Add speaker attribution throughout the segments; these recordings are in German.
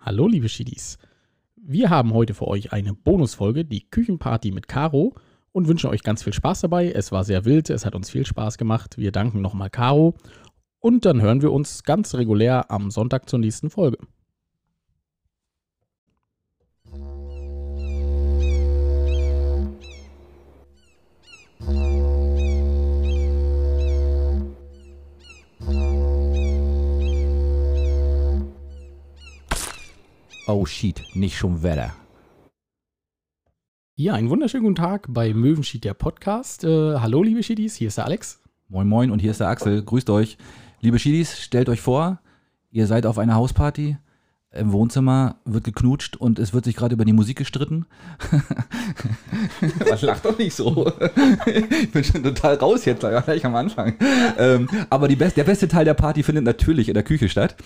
Speaker 1: Hallo, liebe Schiedis. Wir haben heute für euch eine Bonusfolge, die Küchenparty mit Caro, und wünschen euch ganz viel Spaß dabei. Es war sehr wild, es hat uns viel Spaß gemacht. Wir danken nochmal Caro. Und dann hören wir uns ganz regulär am Sonntag zur nächsten Folge.
Speaker 2: Oh shit, nicht schon Wetter.
Speaker 1: Ja, einen wunderschönen guten Tag bei Möwenschied, der Podcast. Äh, hallo, liebe Schiedis, hier ist der Alex.
Speaker 2: Moin moin und hier ist der Axel. Grüßt euch. Liebe Schiedis, stellt euch vor, ihr seid auf einer Hausparty. Im Wohnzimmer wird geknutscht und es wird sich gerade über die Musik gestritten. Was lacht doch nicht so. ich bin schon total raus jetzt, gleich am Anfang. Ähm, aber die best, der beste Teil der Party findet natürlich in der Küche statt.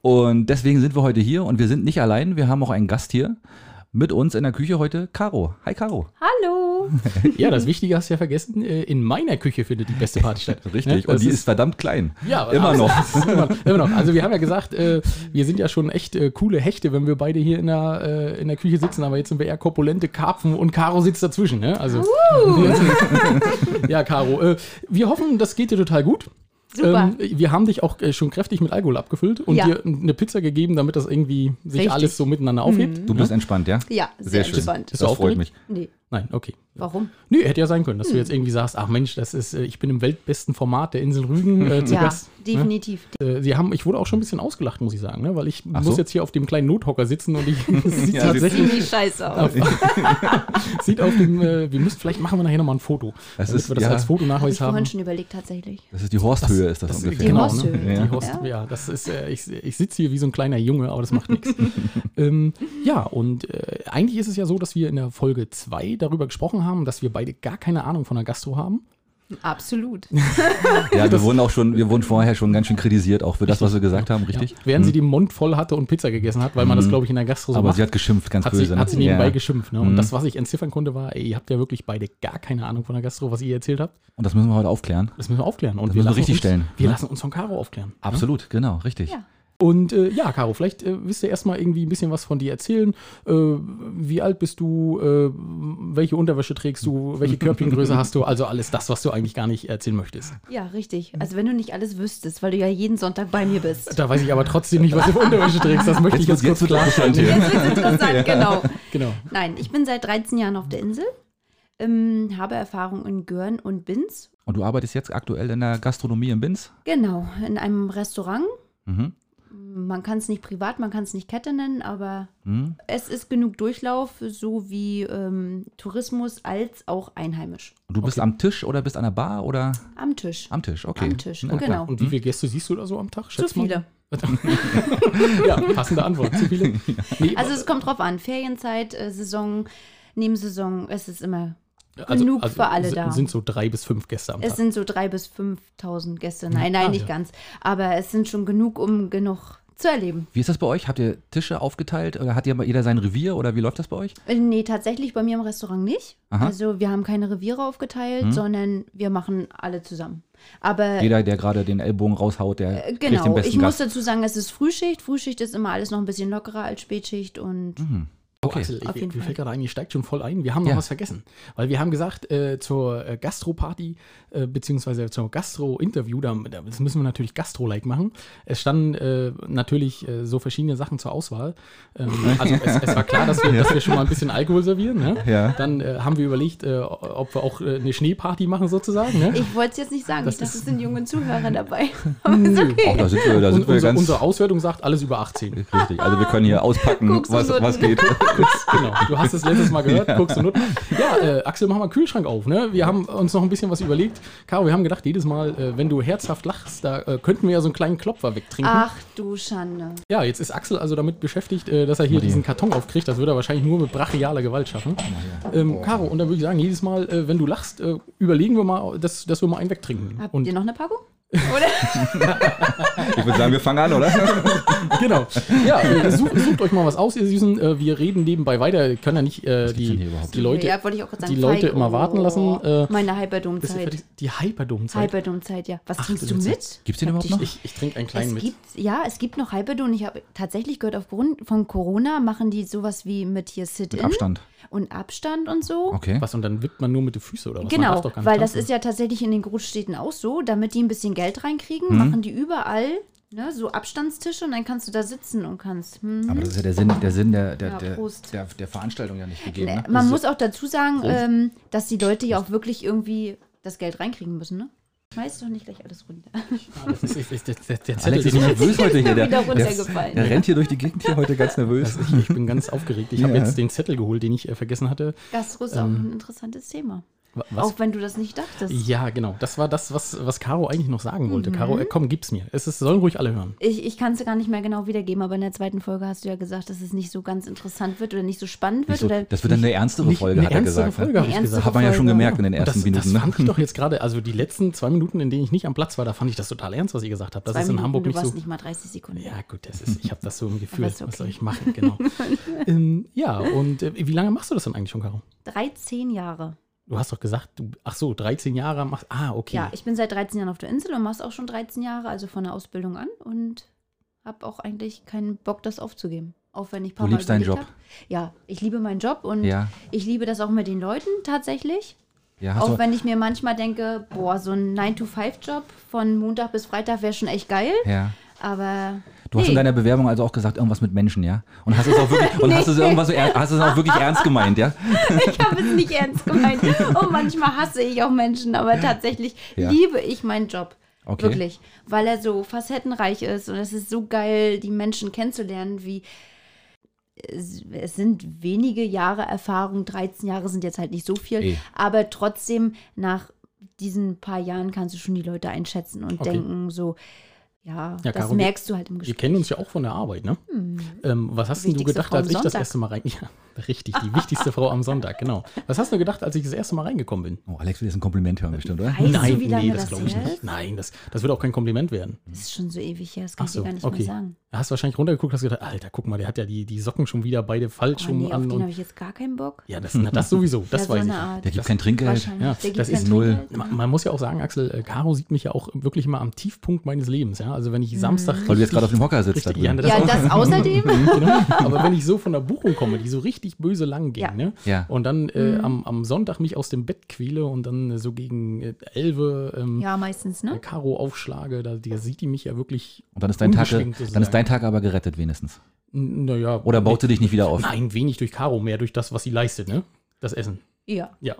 Speaker 2: Und deswegen sind wir heute hier und wir sind nicht allein. Wir haben auch einen Gast hier mit uns in der Küche heute, Caro. Hi Caro.
Speaker 3: Hallo.
Speaker 1: Ja, das Wichtige hast du ja vergessen. äh, In meiner Küche findet die beste Party statt.
Speaker 2: Richtig.
Speaker 1: Ja,
Speaker 2: und die
Speaker 1: das
Speaker 2: ist verdammt klein.
Speaker 1: Ja,
Speaker 2: Immer
Speaker 1: also,
Speaker 2: noch.
Speaker 1: das ist Immer, immer noch. Also wir haben ja gesagt, äh, wir sind ja schon echt äh, coole Hechte, wenn wir beide hier in der, äh, in der Küche sitzen, aber jetzt sind wir eher korpulente Karpfen und Caro sitzt dazwischen. Ne? Also, ja, Caro, äh, wir hoffen, das geht dir total gut.
Speaker 3: Super.
Speaker 1: Ähm, wir haben dich auch äh, schon kräftig mit Alkohol abgefüllt und
Speaker 3: Ja.
Speaker 1: dir eine Pizza gegeben, damit das irgendwie sich
Speaker 3: Richtig. Mhm.
Speaker 1: alles so miteinander aufhebt.
Speaker 2: Du bist entspannt, ja?
Speaker 3: Ne? Ja, sehr, entspannt.
Speaker 1: Ist
Speaker 2: Das
Speaker 1: du
Speaker 2: freut
Speaker 1: aufgeregt?
Speaker 2: mich.
Speaker 3: Nee,
Speaker 1: Nein, okay.
Speaker 3: warum?
Speaker 1: Nö, hätte ja sein können, dass
Speaker 3: Mhm.
Speaker 1: du jetzt irgendwie sagst, ach Mensch, das ist, äh, ich bin im weltbesten Format der Insel Rügen äh, zu
Speaker 3: Ja,
Speaker 1: Gast. Ne?
Speaker 3: definitiv.
Speaker 1: Äh, Sie haben, ich wurde auch schon ein bisschen ausgelacht, muss ich sagen, ne? weil ich
Speaker 2: Ach
Speaker 1: muss
Speaker 2: so.
Speaker 1: jetzt hier auf dem kleinen Nothocker sitzen und ich es sieht
Speaker 2: Ja,
Speaker 1: tatsächlich
Speaker 3: Ziemlich scheiße aus.
Speaker 1: sieht auf dem, äh, wir müssen, vielleicht machen wir nachher nochmal ein Foto,
Speaker 2: Das
Speaker 1: damit
Speaker 2: ist-
Speaker 1: wir das
Speaker 2: ja.
Speaker 1: als
Speaker 3: Habe
Speaker 1: Fotonachweis
Speaker 3: ich
Speaker 1: haben.
Speaker 3: vorhin schon überlegt, tatsächlich.
Speaker 2: Das ist die Horsthöhe, ist das,
Speaker 1: Das-
Speaker 2: ungefähr.
Speaker 1: Genau,
Speaker 3: Die
Speaker 1: ne?
Speaker 3: Horsthöhe.
Speaker 1: Die
Speaker 2: Ja.
Speaker 1: Horst, ja.
Speaker 3: Ja.
Speaker 1: das ist, äh, ich, ich sitze hier wie so ein kleiner Junge, aber das macht nichts. ähm, ja, und äh, eigentlich ist es ja so, dass wir in der Folge 2 darüber gesprochen haben, dass wir beide gar keine Ahnung von der Gastro haben.
Speaker 3: Absolut.
Speaker 2: Ja, wir wurden auch schon, wir wurden vorher schon ganz schön kritisiert, auch für das, was wir gesagt haben,
Speaker 1: Ja.
Speaker 2: richtig? Mhm.
Speaker 1: Während sie den Mund voll hatte und Pizza gegessen hat, weil man das, glaube ich, in der Gastro so
Speaker 2: Aber
Speaker 1: macht.
Speaker 2: sie hat geschimpft, ganz
Speaker 1: Hat
Speaker 2: böse.
Speaker 1: sie, hat sie nebenbei geschimpft. Ne? Und
Speaker 2: ne? Mhm.
Speaker 1: das, was ich entziffern konnte, war, ey, ihr habt ja wirklich beide gar keine Ahnung von der Gastro, was ihr erzählt habt.
Speaker 2: Und das müssen wir heute aufklären.
Speaker 1: Das müssen wir aufklären. Und
Speaker 2: Das
Speaker 1: wir
Speaker 2: müssen wir
Speaker 1: lassen
Speaker 2: richtig
Speaker 1: uns,
Speaker 2: stellen,
Speaker 1: Wir
Speaker 2: ne?
Speaker 1: lassen uns von Caro aufklären.
Speaker 2: Absolut, genau, richtig.
Speaker 3: Ja.
Speaker 1: Und äh, ja, Caro, vielleicht äh, willst du erstmal irgendwie ein bisschen was von dir erzählen. Äh, wie alt bist du? Äh, welche Unterwäsche trägst du? Welche Körbchengröße hast du? Also alles das, was du eigentlich gar nicht erzählen möchtest.
Speaker 3: Ja, richtig. Also wenn du nicht alles wüsstest, weil du ja jeden Sonntag bei mir bist.
Speaker 1: Da weiß ich aber trotzdem nicht, was du für Unterwäsche trägst. Das möchte ich jetzt
Speaker 2: Jetzt
Speaker 1: kurz
Speaker 2: wird's- jetzt wird's
Speaker 1: klarstellen.
Speaker 2: interessant
Speaker 3: Jetzt wird's interessant, genau.
Speaker 1: Genau.
Speaker 3: Nein, ich bin seit 13 Jahren auf der Insel, ähm, habe Erfahrung in Görn und Binz.
Speaker 2: Und du arbeitest jetzt aktuell in der Gastronomie in Binz?
Speaker 3: Genau, in einem Restaurant.
Speaker 2: Mhm.
Speaker 3: Man kann es nicht privat, man kann es nicht Kette nennen, aber
Speaker 2: Mhm.
Speaker 3: es ist genug Durchlauf, sowie ähm, Tourismus als auch einheimisch.
Speaker 2: Und du bist
Speaker 1: Okay.
Speaker 2: am Tisch oder bist an der Bar oder
Speaker 3: Am Tisch.
Speaker 2: am Tisch? Ne? Okay.
Speaker 3: Am Tisch,
Speaker 2: Na,
Speaker 3: genau.
Speaker 1: Und wie viele Gäste siehst du da so am Tag?
Speaker 3: Zu
Speaker 1: Schätz mal.
Speaker 3: viele.
Speaker 1: ja, passende Antwort. Zu viele. Nee,
Speaker 3: Also es kommt drauf an. Ferienzeit, äh, Saison, Nebensaison, es ist immer.
Speaker 1: Also-
Speaker 3: Genug
Speaker 1: also
Speaker 3: für alle
Speaker 1: sind,
Speaker 3: da.
Speaker 1: sind so drei bis fünf Gäste am
Speaker 3: Es
Speaker 1: Tag.
Speaker 3: sind so 3.000 bis 5.000 Gäste. Nein,
Speaker 2: also
Speaker 3: nein,
Speaker 1: Ah,
Speaker 3: nicht
Speaker 1: ja.
Speaker 3: ganz. Aber es sind schon genug, um genug zu erleben.
Speaker 2: Wie ist das bei euch? Habt ihr Tische aufgeteilt oder hat jeder jeder sein Revier oder wie läuft das bei euch?
Speaker 3: Äh, Nee, tatsächlich bei mir im Restaurant nicht.
Speaker 2: Aha. Hm?
Speaker 3: Also wir haben keine Reviere aufgeteilt, sondern wir machen alle zusammen. Aber
Speaker 2: Jeder, der gerade den Ellbogen raushaut, der
Speaker 3: äh,
Speaker 2: kriegt den
Speaker 3: genau,
Speaker 2: besten
Speaker 3: ich muss
Speaker 2: Gast.
Speaker 3: dazu sagen, es ist Frühschicht. Frühschicht ist immer alles noch ein bisschen lockerer als Spätschicht und
Speaker 2: Mhm.
Speaker 1: Oh, Axel,
Speaker 3: Auf
Speaker 1: ich,
Speaker 3: jeden
Speaker 1: mir
Speaker 3: Fall.
Speaker 1: fällt gerade ein, ihr steigt schon voll ein. Wir haben noch
Speaker 2: Ja.
Speaker 1: was vergessen. Weil wir haben gesagt, äh, zur äh, Gastro-Party, äh, beziehungsweise zur Gastro-Interview, da, da- das müssen wir natürlich Gastro-like machen. Es standen äh, natürlich äh, so verschiedene Sachen zur Auswahl. Ähm, also es, es war klar, dass wir, dass wir schon mal ein bisschen Alkohol servieren. Ne?
Speaker 2: Ja.
Speaker 1: Dann äh, haben wir überlegt, äh, ob wir auch äh, eine Schneeparty machen sozusagen. Ne?
Speaker 3: ich wollte es jetzt nicht sagen.
Speaker 1: Das
Speaker 3: ich dachte,
Speaker 1: ist-
Speaker 3: es sind junge Zuhörer dabei. Aber ist
Speaker 2: Auch
Speaker 3: okay.
Speaker 2: da sind wir, da
Speaker 1: Und
Speaker 2: sind wir
Speaker 1: unsere,
Speaker 2: ganz
Speaker 1: unsere Auswertung sagt alles über 18.
Speaker 2: richtig. Also wir können hier auspacken,
Speaker 3: Guckst du
Speaker 2: was,
Speaker 3: so-
Speaker 2: was geht.
Speaker 1: Guckst, genau. Du hast es letztes Mal gehört, guckst und Nutten. Ja, äh, Axel, mach mal einen Kühlschrank auf. Ne? Wir haben uns noch ein bisschen was überlegt. Caro, wir haben gedacht, jedes Mal, äh, wenn du herzhaft lachst, da äh, könnten wir ja so einen kleinen Klopfer wegtrinken.
Speaker 3: Ach du Schande.
Speaker 1: Ja, jetzt ist Axel also damit beschäftigt, äh, dass er hier diesen Karton aufkriegt. Das würde er wahrscheinlich nur mit brachialer Gewalt schaffen. Ähm, Caro, und dann würde ich sagen, jedes Mal, äh, wenn du lachst, äh, überlegen wir mal, dass, dass wir mal einen wegtrinken.
Speaker 3: Habt
Speaker 1: Und
Speaker 3: ihr noch eine Packung? Oder?
Speaker 2: Ich würde sagen, wir fangen an, oder?
Speaker 1: Genau. Ja, äh, sucht, sucht euch mal was aus, ihr Süßen. Äh, wir reden nebenbei weiter. Wir können ja nicht äh,
Speaker 2: gibt's denn hier
Speaker 1: die,
Speaker 2: überhaupt?
Speaker 1: die Leute.
Speaker 3: ja, wollte ich auch gerade sagen.
Speaker 1: die Leute
Speaker 3: Feig,
Speaker 1: immer warten lassen, äh,
Speaker 3: meine
Speaker 1: Bis ihr
Speaker 3: Hyperdom-Zeit.
Speaker 1: fertig- die Hyperdom-Zeit.
Speaker 3: Hyperdom-Zeit, ja. Was
Speaker 1: Ach,
Speaker 3: trinkst
Speaker 1: du
Speaker 3: du
Speaker 1: Witze.
Speaker 3: mit?
Speaker 2: Gibt's den
Speaker 3: Hab
Speaker 2: überhaupt
Speaker 3: dich
Speaker 2: noch?
Speaker 1: Ich, ich trinke einen kleinen
Speaker 3: Es
Speaker 1: mit.
Speaker 3: gibt, ja, es gibt noch Hyperdom. und Ich habe tatsächlich gehört, aufgrund von Corona machen die sowas wie mit hier
Speaker 2: Mit
Speaker 3: Sit-In
Speaker 2: Abstand.
Speaker 3: und Abstand und so.
Speaker 2: Okay.
Speaker 1: Was, und dann wippt man nur mit den Füßen oder was? Man
Speaker 3: Genau,
Speaker 1: darf doch gar nicht
Speaker 3: weil das
Speaker 1: tanzen.
Speaker 3: ist ja tatsächlich in den Großstädten auch so, damit die ein bisschen Geld reinkriegen,
Speaker 1: Mhm.
Speaker 3: machen die überall ne, so Abstandstische und dann kannst du da sitzen und kannst. Hm.
Speaker 2: Aber das ist ja der Sinn, der Sinn der, der,
Speaker 3: Ja,
Speaker 2: der,
Speaker 3: Prost.
Speaker 2: der, der Veranstaltung ja nicht gegeben.
Speaker 3: Ne,
Speaker 2: Ne?
Speaker 1: Also
Speaker 3: man
Speaker 2: Das
Speaker 3: muss auch dazu sagen, ähm, dass die Leute ja auch wirklich irgendwie das Geld reinkriegen müssen, ne? Schmeiß doch nicht gleich alles runter.
Speaker 1: Ah, das ist, ist, ist, ist, der- der
Speaker 2: ist, Alex
Speaker 1: Zettel
Speaker 2: ist
Speaker 1: ist
Speaker 2: so nervös heute hier. Der,
Speaker 3: wieder
Speaker 2: der,
Speaker 3: runtergefallen.
Speaker 2: der rennt hier durch die Gegend hier heute ganz nervös.
Speaker 1: ich bin ganz aufgeregt. Ich habe
Speaker 2: Ja.
Speaker 1: jetzt den Zettel geholt, den ich äh, vergessen hatte.
Speaker 3: Gastro ist auch ein interessantes Thema.
Speaker 1: Wa- Ähm, Was
Speaker 3: Auch wenn du das nicht dachtest.
Speaker 1: Ja, genau. Das war das, was, was Caro eigentlich noch sagen wollte. Caro,
Speaker 3: Mhm.
Speaker 1: äh, komm, gib's mir. Es ist, sollen ruhig alle hören.
Speaker 3: Ich, ich kann es gar nicht mehr genau wiedergeben, aber in der zweiten Folge hast du ja gesagt, dass es nicht so ganz interessant wird oder nicht so spannend
Speaker 2: Nicht
Speaker 3: wird.
Speaker 2: so,
Speaker 3: oder
Speaker 2: das wird dann eine ernstere
Speaker 1: Nicht
Speaker 2: Folge,
Speaker 1: eine
Speaker 2: hat er
Speaker 1: ernstere
Speaker 2: gesagt.
Speaker 1: Folge,
Speaker 2: Ne?
Speaker 1: hab
Speaker 3: Eine
Speaker 1: ich
Speaker 3: ernstere
Speaker 1: gesagt.
Speaker 2: Hat man ja schon
Speaker 3: Folge.
Speaker 2: gemerkt in den
Speaker 1: Und
Speaker 2: ersten
Speaker 1: das,
Speaker 2: Minuten.
Speaker 1: das fand ich
Speaker 2: ne?
Speaker 1: doch jetzt gerade, also die letzten zwei Minuten, in denen ich nicht am Platz war, da fand ich das total ernst, was ihr gesagt habt. Das
Speaker 3: Zwei
Speaker 1: ist in
Speaker 3: Minuten,
Speaker 1: Hamburg
Speaker 3: du
Speaker 1: nicht
Speaker 3: warst
Speaker 1: so.
Speaker 3: nicht mal 30 Sekunden.
Speaker 1: Ja, gut, das ist, ich habe das so im Gefühl.
Speaker 3: Aber ist
Speaker 1: Was
Speaker 3: okay.
Speaker 1: soll ich machen? Genau. ähm, ja, und äh, wie lange machst du das denn eigentlich schon, Caro?
Speaker 3: 13 Jahre.
Speaker 1: Du hast doch gesagt, du, ach so, 13 Jahre machst. Ah, okay.
Speaker 3: Ja, ich bin seit 13 Jahren auf der Insel und mach's auch schon 13 Jahre, also von der Ausbildung an und habe auch eigentlich keinen Bock, das aufzugeben. Auch wenn ich ein paar
Speaker 2: Du
Speaker 3: Mal
Speaker 2: liebst deinen
Speaker 3: überlegt
Speaker 2: Job.
Speaker 3: hab. Ja, ich liebe meinen Job und
Speaker 2: Ja.
Speaker 3: ich liebe das auch mit den Leuten tatsächlich.
Speaker 2: Ja, hast
Speaker 3: auch
Speaker 2: du-
Speaker 3: wenn ich mir manchmal denke, boah, so ein 9-to-5-Job von Montag bis Freitag wäre schon echt geil.
Speaker 2: ja.
Speaker 3: Aber
Speaker 2: Du hast in
Speaker 3: nee.
Speaker 2: deiner Bewerbung also auch gesagt, irgendwas mit Menschen, ja? Und hast es auch wirklich, und hast es irgendwas so, er- hast es auch wirklich ernst gemeint, ja?
Speaker 3: Ich habe es nicht ernst gemeint. Und manchmal hasse ich auch Menschen, aber tatsächlich
Speaker 2: Ja.
Speaker 3: liebe ich meinen Job.
Speaker 2: Okay.
Speaker 3: Wirklich. Weil er so facettenreich ist und es ist so geil, die Menschen kennenzulernen, wie. Es es sind wenige Jahre Erfahrung, 13 Jahre sind jetzt halt nicht so viel,
Speaker 1: Eh.
Speaker 2: Ey.
Speaker 3: aber trotzdem nach diesen paar Jahren kannst du schon die Leute einschätzen und
Speaker 1: Okay.
Speaker 3: denken so, ja,
Speaker 1: Ja,
Speaker 3: das
Speaker 1: Caro, wir-
Speaker 3: merkst du halt im
Speaker 1: Wir
Speaker 3: Gespräch.
Speaker 1: kennen uns ja auch von der Arbeit, ne? Ähm, was hast denn du
Speaker 3: Hm. Wichtigste
Speaker 1: gedacht,
Speaker 3: Frau
Speaker 1: als
Speaker 3: am
Speaker 1: ich das
Speaker 3: Sonntag.
Speaker 1: erste Mal rein... Ja, richtig, die wichtigste Frau am Sonntag, genau. Was hast du gedacht, als ich das erste Mal reingekommen bin?
Speaker 2: Oh, Alex will jetzt ein Kompliment hören bestimmt, oder?
Speaker 3: Weißt
Speaker 1: Nein,
Speaker 3: du, wie lange
Speaker 1: nee,
Speaker 3: das,
Speaker 1: das glaube ich
Speaker 3: her
Speaker 1: nicht.
Speaker 3: ist?
Speaker 1: Nein, das, das wird auch kein Kompliment werden.
Speaker 3: Das ist schon so ewig her, das kann
Speaker 1: Ach
Speaker 3: ich dir
Speaker 1: so,
Speaker 3: gar nicht
Speaker 1: okay.
Speaker 3: mehr sagen.
Speaker 1: Hast wahrscheinlich runtergeguckt, hast gedacht, Alter, guck mal, der hat ja die, die Socken schon wieder beide falsch
Speaker 3: Oh,
Speaker 1: rum
Speaker 3: nee, auf
Speaker 1: an.
Speaker 3: den habe
Speaker 1: Und,
Speaker 3: ich jetzt gar keinen Bock.
Speaker 1: ja, das, na, das sowieso, das weiß
Speaker 3: ja, so
Speaker 1: ich.
Speaker 3: eine Art.
Speaker 2: Der gibt kein Trinkgeld.
Speaker 3: Wahrscheinlich.
Speaker 1: Ja,
Speaker 3: Der gibt
Speaker 1: das
Speaker 3: kein
Speaker 1: ist
Speaker 2: null.
Speaker 3: Trinkgeld.
Speaker 1: Man, man muss ja auch sagen, Axel, äh, Caro sieht mich ja auch wirklich immer am Tiefpunkt meines Lebens. Ja? Also
Speaker 3: Mhm.
Speaker 1: wenn ich Samstag
Speaker 2: Weil du jetzt gerade auf dem Hocker sitzt da
Speaker 1: richtig,
Speaker 2: drüben.
Speaker 1: ja,
Speaker 3: Ja, das außerdem.
Speaker 1: genau. Aber wenn ich so von der Buchung komme, die so richtig böse lang ging,
Speaker 3: Ja. Mhm.
Speaker 1: ne?
Speaker 2: Ja.
Speaker 1: Und dann äh, am, am Sonntag mich aus dem Bett quäle und dann äh, so gegen äh, Elve ähm,
Speaker 3: Ja, meistens, ne?
Speaker 1: Karo aufschlage, da, da sieht die mich ja wirklich.
Speaker 2: Und dann ist, dein Tag, äh,
Speaker 1: ungeschminkt
Speaker 2: dann ist dein Tag aber gerettet wenigstens.
Speaker 1: sozusagen. Naja,
Speaker 2: Oder baut sie dich nicht wieder auf?
Speaker 1: Nein, wenig durch Karo, mehr durch das, was sie leistet, ne? Das Essen.
Speaker 3: Ja.
Speaker 1: Ja.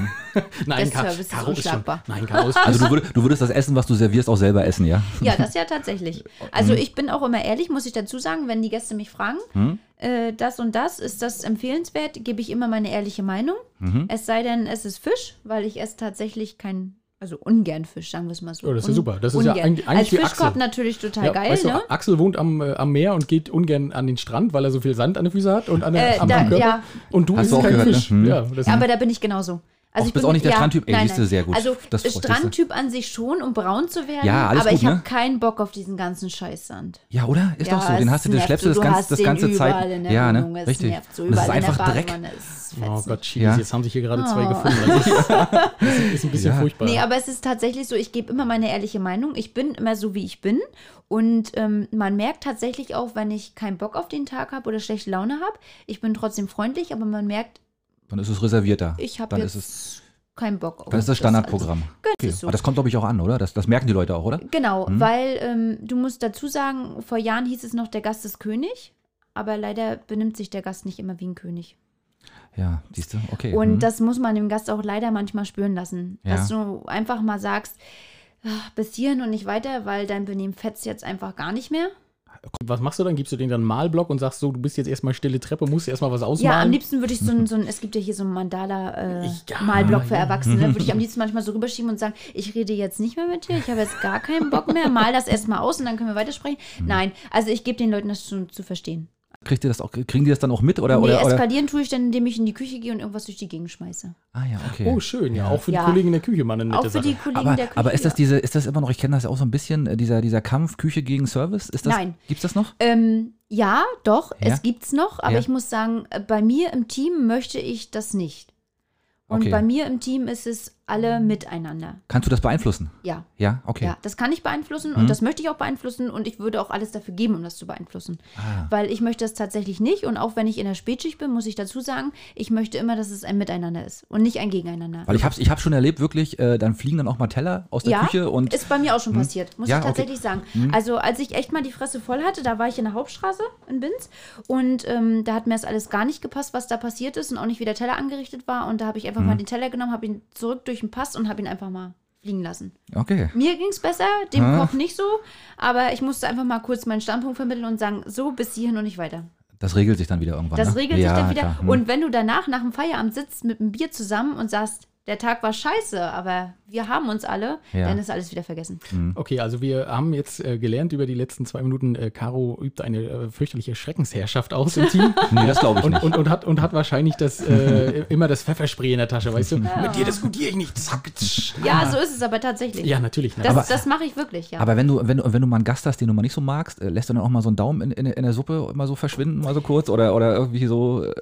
Speaker 1: nein,
Speaker 3: Mhm. Das Service ist
Speaker 1: schon,
Speaker 3: unschlagbar.
Speaker 1: nein, Karo ist
Speaker 2: Also du würdest, du würdest das Essen, was du servierst, auch selber essen, ja?
Speaker 3: Ja, das ja tatsächlich. Also
Speaker 2: Mhm.
Speaker 3: ich bin auch immer ehrlich, muss ich dazu sagen, wenn die Gäste mich fragen,
Speaker 2: Hm?
Speaker 3: äh, das und das, ist das empfehlenswert, gebe ich immer meine ehrliche Meinung.
Speaker 2: Mhm.
Speaker 3: Es sei denn, es ist Fisch, weil ich esse tatsächlich kein, also ungern Fisch, sagen wir es mal so.
Speaker 2: Oh,
Speaker 1: Ja, das ist ja
Speaker 3: Un-
Speaker 1: super. Das ist ja eigentlich- eigentlich
Speaker 3: Als
Speaker 1: wie
Speaker 3: Fischkopf
Speaker 1: Axel.
Speaker 3: natürlich total
Speaker 1: Ja,
Speaker 3: geil,
Speaker 1: weißt du,
Speaker 3: ne?
Speaker 1: Axel wohnt am, äh, am Meer und geht ungern an den Strand, weil er so viel Sand an den Füßen hat und an der,
Speaker 3: Äh,
Speaker 1: am,
Speaker 3: da-
Speaker 1: am Körper.
Speaker 3: ja.
Speaker 1: Und du
Speaker 2: Hast
Speaker 1: isst
Speaker 2: du auch
Speaker 1: kein
Speaker 2: gehört, ne?
Speaker 1: Fisch.
Speaker 2: Hm.
Speaker 1: Ja, das
Speaker 3: Ja, aber da bin ich genauso. Also
Speaker 2: Ach,
Speaker 3: ich
Speaker 2: bist
Speaker 3: bin
Speaker 2: auch nicht der
Speaker 3: ja,
Speaker 2: Strandtyp? Ey,
Speaker 3: nein,
Speaker 2: siehst du,
Speaker 3: nein.
Speaker 2: sehr gut.
Speaker 3: Also
Speaker 2: Das freut mich,
Speaker 3: Strandtyp an sich schon, um braun zu werden.
Speaker 2: Ja, alles
Speaker 3: aber
Speaker 2: gut,
Speaker 3: ich habe
Speaker 2: ne?
Speaker 3: keinen Bock auf diesen ganzen Scheißsand.
Speaker 2: Ja, oder? Ist
Speaker 3: Ja,
Speaker 2: doch so. Den
Speaker 3: es
Speaker 2: hast du, den
Speaker 3: nervt
Speaker 2: schleppst
Speaker 3: so.
Speaker 2: du das, ganz,
Speaker 3: hast
Speaker 2: das
Speaker 3: den
Speaker 2: ganze
Speaker 3: überall
Speaker 2: Zeit.
Speaker 3: in der
Speaker 2: Ja,
Speaker 3: Wohnung,
Speaker 2: ne?
Speaker 3: Es
Speaker 2: Richtig.
Speaker 3: nervt so
Speaker 2: Und das
Speaker 3: überall
Speaker 2: ist einfach
Speaker 3: in der
Speaker 2: Dreck.
Speaker 3: Badewanne. Es fetzt
Speaker 1: Oh
Speaker 3: nicht.
Speaker 1: Gott, Cheese,
Speaker 2: Ja.
Speaker 1: jetzt haben sich hier gerade zwei gefunden. Das ist, das ist ein bisschen
Speaker 2: Ja.
Speaker 1: furchtbar.
Speaker 3: Oh. Nee, aber es ist tatsächlich so, ich gebe immer meine ehrliche Meinung. Ich bin immer so, wie ich bin. Und ähm, man merkt tatsächlich auch, wenn ich keinen Bock auf den Tag habe oder schlechte Laune habe. Ich bin trotzdem freundlich, aber man merkt,
Speaker 2: Dann ist es reservierter.
Speaker 3: ich habe
Speaker 2: Dann
Speaker 3: jetzt
Speaker 2: ist es,
Speaker 3: keinen Bock auf
Speaker 2: dann ist das Standardprogramm.
Speaker 3: Das,
Speaker 2: Okay.
Speaker 3: ist so.
Speaker 2: Aber das kommt, glaube ich, auch an, oder? Das, das merken die Leute auch, oder?
Speaker 3: Genau, weil ähm, du musst dazu sagen, vor Jahren hieß es noch, der Gast ist König, aber leider benimmt sich der Gast nicht immer wie ein König.
Speaker 2: Ja, siehst du? Okay.
Speaker 3: Und
Speaker 2: mhm.
Speaker 3: das muss man dem Gast auch leider manchmal spüren lassen,
Speaker 2: Ja.
Speaker 3: dass du einfach mal sagst, "Ah, bis hierhin und nicht weiter, weil dein Benehmen fetzt jetzt einfach gar nicht mehr.
Speaker 1: Was machst du dann? Gibst du denen dann einen Malblock und sagst so, du bist jetzt erstmal stille Treppe, musst erstmal was ausmalen?
Speaker 3: Ja, am liebsten würde ich so ein, so ein es gibt ja hier so einen Mandala-Malblock äh,
Speaker 1: Ja,
Speaker 3: Malblock für
Speaker 1: ja.
Speaker 3: Erwachsene, würde ich am liebsten manchmal so rüberschieben und sagen, ich rede jetzt nicht mehr mit dir, ich habe jetzt gar
Speaker 2: Mhm.
Speaker 3: keinen Bock mehr, mal das erstmal aus und dann können wir weitersprechen. Nein, also ich gebe den Leuten das schon zu verstehen.
Speaker 2: Kriegt ihr das auch, kriegen die das dann auch mit? Oder,
Speaker 3: Nee,
Speaker 2: oder, oder?
Speaker 3: eskalieren tue ich dann, indem ich in die Küche gehe und irgendwas durch die Gegend schmeiße.
Speaker 2: Ah ja, okay.
Speaker 1: Oh, schön, ja. Auch für die
Speaker 3: Ja.
Speaker 1: Kollegen in der Küche, Mann, eine
Speaker 3: Auch
Speaker 1: nette
Speaker 3: für die
Speaker 1: Sache.
Speaker 3: Kollegen
Speaker 2: aber,
Speaker 3: der Küche.
Speaker 2: aber ist das
Speaker 3: ja.
Speaker 2: diese, ist das immer noch, ich kenne das ja auch so ein bisschen, äh, dieser, dieser Kampf Küche gegen Service? Ist das,
Speaker 3: Nein.
Speaker 2: Gibt's das noch?
Speaker 3: Ähm, ja, doch,
Speaker 2: Ja?
Speaker 3: es gibt's noch, aber
Speaker 2: Ja.
Speaker 3: ich muss sagen, äh, bei mir im Team möchte ich das nicht. Und
Speaker 2: Okay.
Speaker 3: bei mir im Team ist es alle miteinander.
Speaker 2: Kannst du das beeinflussen?
Speaker 3: Ja.
Speaker 2: Ja, okay. Mhm.
Speaker 3: Ja, das kann ich beeinflussen und das möchte ich auch beeinflussen und ich würde auch alles dafür geben, um das zu beeinflussen.
Speaker 2: Ah.
Speaker 3: Weil ich möchte das tatsächlich nicht und auch wenn ich in der Spätschicht bin, muss ich dazu sagen, ich möchte immer, dass es ein Miteinander ist und nicht ein Gegeneinander.
Speaker 2: Weil ich habe ich hab schon erlebt, wirklich, äh, dann fliegen dann auch mal Teller aus der
Speaker 3: ja,
Speaker 2: Küche und Hm?
Speaker 3: ist bei mir auch schon passiert, muss
Speaker 2: Ja,
Speaker 3: ich
Speaker 2: okay. Hm?
Speaker 3: tatsächlich sagen. Also als ich echt mal die Fresse voll hatte, da war ich in der Hauptstraße in Binz und ähm, da hat mir das alles gar nicht gepasst, was da passiert ist und auch nicht, wie der Teller angerichtet war und da habe ich einfach
Speaker 2: Hm.
Speaker 3: mal den Teller genommen, habe ihn zurück durch den Pass und habe ihn einfach mal fliegen lassen.
Speaker 2: okay.
Speaker 3: Mir ging es besser, dem
Speaker 2: Ah.
Speaker 3: Koch nicht so, aber ich musste einfach mal kurz meinen Standpunkt vermitteln und sagen, so bis hierhin und nicht weiter.
Speaker 2: Das regelt sich dann wieder irgendwann.
Speaker 3: Das
Speaker 2: ne?
Speaker 3: regelt
Speaker 2: ja,
Speaker 3: sich dann wieder.
Speaker 2: Klar. Hm.
Speaker 3: Und wenn du danach nach dem Feierabend sitzt mit einem Bier zusammen und sagst, der Tag war scheiße, aber wir haben uns alle,
Speaker 2: Ja.
Speaker 3: dann ist alles wieder vergessen.
Speaker 1: Okay, also wir haben jetzt äh, gelernt über die letzten zwei Minuten, äh, Caro übt eine äh, fürchterliche Schreckensherrschaft aus im Team.
Speaker 2: nee, das glaube ich
Speaker 1: Und,
Speaker 2: nicht.
Speaker 1: und, und, hat, und hat wahrscheinlich das, äh, immer das Pfefferspray in der Tasche, weißt du? Mit dir diskutiere ich nicht. Zack. tsch.
Speaker 3: Ja, so ist es aber tatsächlich.
Speaker 1: Ja, natürlich. ne?
Speaker 3: das
Speaker 1: Aber-
Speaker 3: das mache ich wirklich, ja.
Speaker 2: Ah. Aber wenn du, wenn, du, wenn du mal einen Gast hast, den du mal nicht so magst, äh, lässt du dann auch mal so einen Daumen in, in, in der Suppe mal so verschwinden, mal so kurz oder, oder irgendwie so. äh,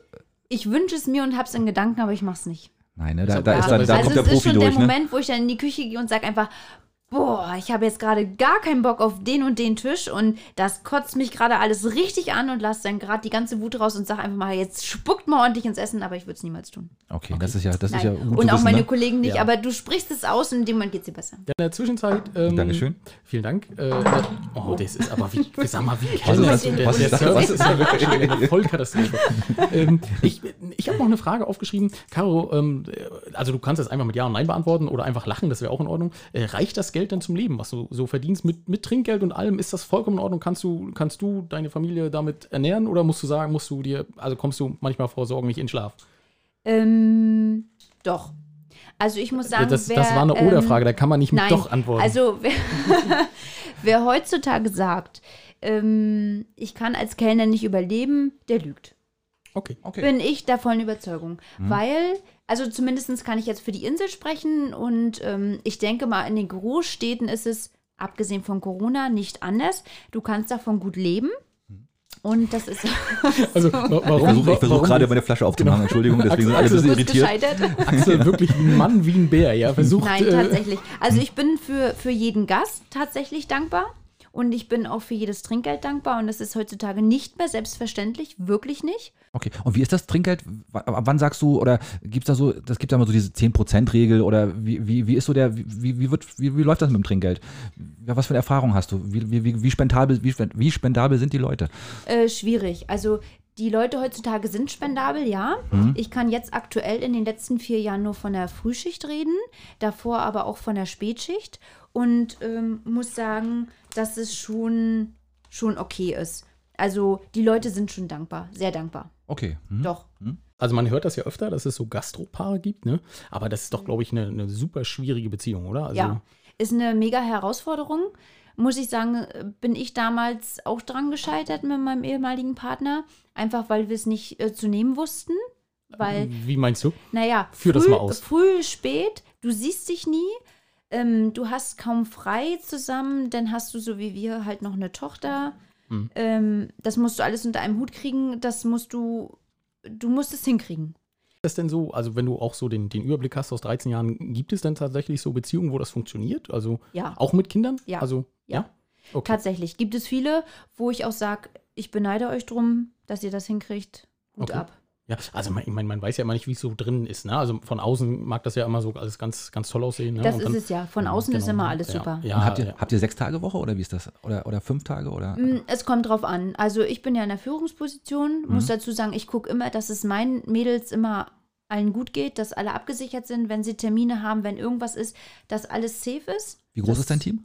Speaker 3: ich wünsche es mir und habe es in Gedanken, aber ich mache es nicht.
Speaker 2: Nein, ne, da,
Speaker 1: So,
Speaker 2: da,
Speaker 1: ja.
Speaker 2: ist dann, da
Speaker 1: Also
Speaker 2: kommt
Speaker 3: es
Speaker 2: der
Speaker 3: ist
Speaker 2: Profi
Speaker 3: schon
Speaker 2: durch. ne?
Speaker 3: der Moment, wo ich dann in die Küche gehe und sage einfach, boah, ich habe jetzt gerade gar keinen Bock auf den und den Tisch und das kotzt mich gerade alles richtig an und lasse dann gerade die ganze Wut raus und sage einfach mal, jetzt spuckt mal ordentlich ins Essen, aber ich würde es niemals tun.
Speaker 2: ne? Okay, das ist ja, das ist ja
Speaker 3: Nein.
Speaker 2: gut
Speaker 3: und
Speaker 2: zu
Speaker 3: auch
Speaker 2: wissen,
Speaker 3: meine
Speaker 2: ne?
Speaker 3: Kollegen nicht,
Speaker 1: Ja.
Speaker 3: aber du sprichst es aus und in dem Moment geht es dir besser.
Speaker 1: Ja, in der Zwischenzeit. Ähm,
Speaker 2: Dankeschön.
Speaker 1: Vielen Dank. Äh, oh, das ist aber wie, sag mal, wie
Speaker 2: Was
Speaker 1: kalt
Speaker 2: ist
Speaker 1: das
Speaker 2: das?
Speaker 1: denn? Der
Speaker 2: Was ist das?
Speaker 1: Service
Speaker 2: Was
Speaker 1: ist
Speaker 2: ist
Speaker 1: ja wirklich eine Vollkatastrophe. ähm, ich ich habe noch eine Frage aufgeschrieben. Caro, ähm, also du kannst das einfach mit Ja und Nein beantworten oder einfach lachen, das wäre auch in Ordnung. Äh, reicht das Geld dann zum Leben, was du so verdienst mit, mit Trinkgeld und allem? Ist das vollkommen in Ordnung? Kannst du, kannst du deine Familie damit ernähren oder musst du sagen, musst du dir, also kommst du manchmal vor Sorgen nicht in Schlaf? Äh,
Speaker 3: Ähm, doch. Also ich
Speaker 2: Äh,
Speaker 3: muss sagen,
Speaker 1: das,
Speaker 3: wer,
Speaker 1: das war eine
Speaker 3: ähm,
Speaker 1: Oder-Frage, da kann man nicht mit
Speaker 3: Nein,
Speaker 1: Doch antworten.
Speaker 3: also wer, wer heutzutage sagt, ähm, ich kann als Kellner nicht überleben, der lügt.
Speaker 1: okay.
Speaker 2: Okay.
Speaker 3: bin ich der vollen Überzeugung.
Speaker 1: Mhm.
Speaker 3: Weil, also zumindest kann ich jetzt für die Insel sprechen und ähm, ich denke mal, in den Großstädten ist es, abgesehen von Corona, nicht anders. Du kannst davon gut leben.
Speaker 1: Mhm.
Speaker 3: Und das ist
Speaker 1: Also, wa- warum?
Speaker 2: Ich versuche ich versuch
Speaker 1: warum-
Speaker 2: gerade meine Flasche aufzumachen,
Speaker 3: Genau.
Speaker 2: Entschuldigung, deswegen sind alle ein bisschen
Speaker 3: kurz
Speaker 2: irritiert.
Speaker 3: gescheitert.
Speaker 1: Axel wirklich wie ein Mann wie ein Bär, ja. Versucht.
Speaker 3: Nein,
Speaker 1: äh,
Speaker 3: tatsächlich. Also ich bin für, für jeden Gast tatsächlich dankbar. Und ich bin auch für jedes Trinkgeld dankbar. Und das ist heutzutage nicht mehr selbstverständlich, wirklich nicht.
Speaker 2: Okay, und wie ist das Trinkgeld? W- Ab wann sagst du, oder gibt es da so, das gibt ja mal so diese 10%-Regel oder wie, wie, wie ist so der, wie, wie, wird, wie, wie läuft das mit dem Trinkgeld? Ja, was für eine Erfahrung hast du? Wie, wie, wie, wie, spendabel, wie, spend- wie spendabel sind die Leute?
Speaker 3: Äh, schwierig. Also die Leute heutzutage sind spendabel, ja. Ich kann jetzt aktuell in den letzten vier Jahren nur von der Frühschicht reden, davor aber auch von der Spätschicht und ähm, muss sagen, dass es schon, schon okay ist. Also die Leute sind schon dankbar, sehr dankbar.
Speaker 2: Okay. Hm.
Speaker 3: Doch.
Speaker 1: Also man hört das ja öfter, dass es so Gastropaare gibt, ne? Aber das ist doch, glaube ich, eine, eine super schwierige Beziehung, oder? Also,
Speaker 3: ja, ist eine mega Herausforderung. Muss ich sagen, bin ich damals auch dran gescheitert mit meinem ehemaligen Partner, einfach weil wir es nicht äh, zu nehmen wussten. Weil
Speaker 1: Wie meinst du?
Speaker 3: Naja,
Speaker 1: Mhm. Führ
Speaker 3: früh,
Speaker 1: das mal aus.
Speaker 3: früh, spät, du siehst dich nie, ähm, du hast kaum frei zusammen, dann hast du so wie wir halt noch eine Tochter.
Speaker 1: Mhm.
Speaker 3: Ähm, das musst du alles unter einem Hut kriegen, das musst du, du musst es hinkriegen.
Speaker 1: Ist das denn so? Also, wenn du auch so den, den Überblick hast aus 13 Jahren, gibt es denn tatsächlich so Beziehungen, wo das funktioniert? Also
Speaker 3: Ja.
Speaker 1: auch mit Kindern?
Speaker 3: Ja.
Speaker 1: Also, ja. Okay.
Speaker 3: Tatsächlich gibt es viele, wo ich auch sage, ich beneide euch drum, dass ihr das hinkriegt. Gut
Speaker 1: Okay.
Speaker 3: ab.
Speaker 1: Ja, also man, ich mein, man weiß ja immer nicht, wie es so drin ist. Ne? Also von außen mag das ja immer so alles ganz, ganz toll aussehen. Ne?
Speaker 3: Das
Speaker 1: Und
Speaker 3: ist
Speaker 1: dann-
Speaker 3: es ja. Von
Speaker 1: Ja,
Speaker 3: außen ist
Speaker 1: genau.
Speaker 3: immer alles
Speaker 1: ja.
Speaker 3: super.
Speaker 1: Ja,
Speaker 2: Und habt, ihr,
Speaker 1: ja.
Speaker 2: habt ihr sechs Tage Woche oder wie ist das? Oder, oder fünf Tage? Oder?
Speaker 3: Mm, Es kommt drauf an. Also ich bin ja in der Führungsposition, muss dazu sagen, ich gucke immer, dass es meinen Mädels immer allen gut geht, dass alle abgesichert sind, wenn sie Termine haben, wenn irgendwas ist, dass alles safe ist.
Speaker 2: Wie groß
Speaker 3: das-
Speaker 2: ist dein Team?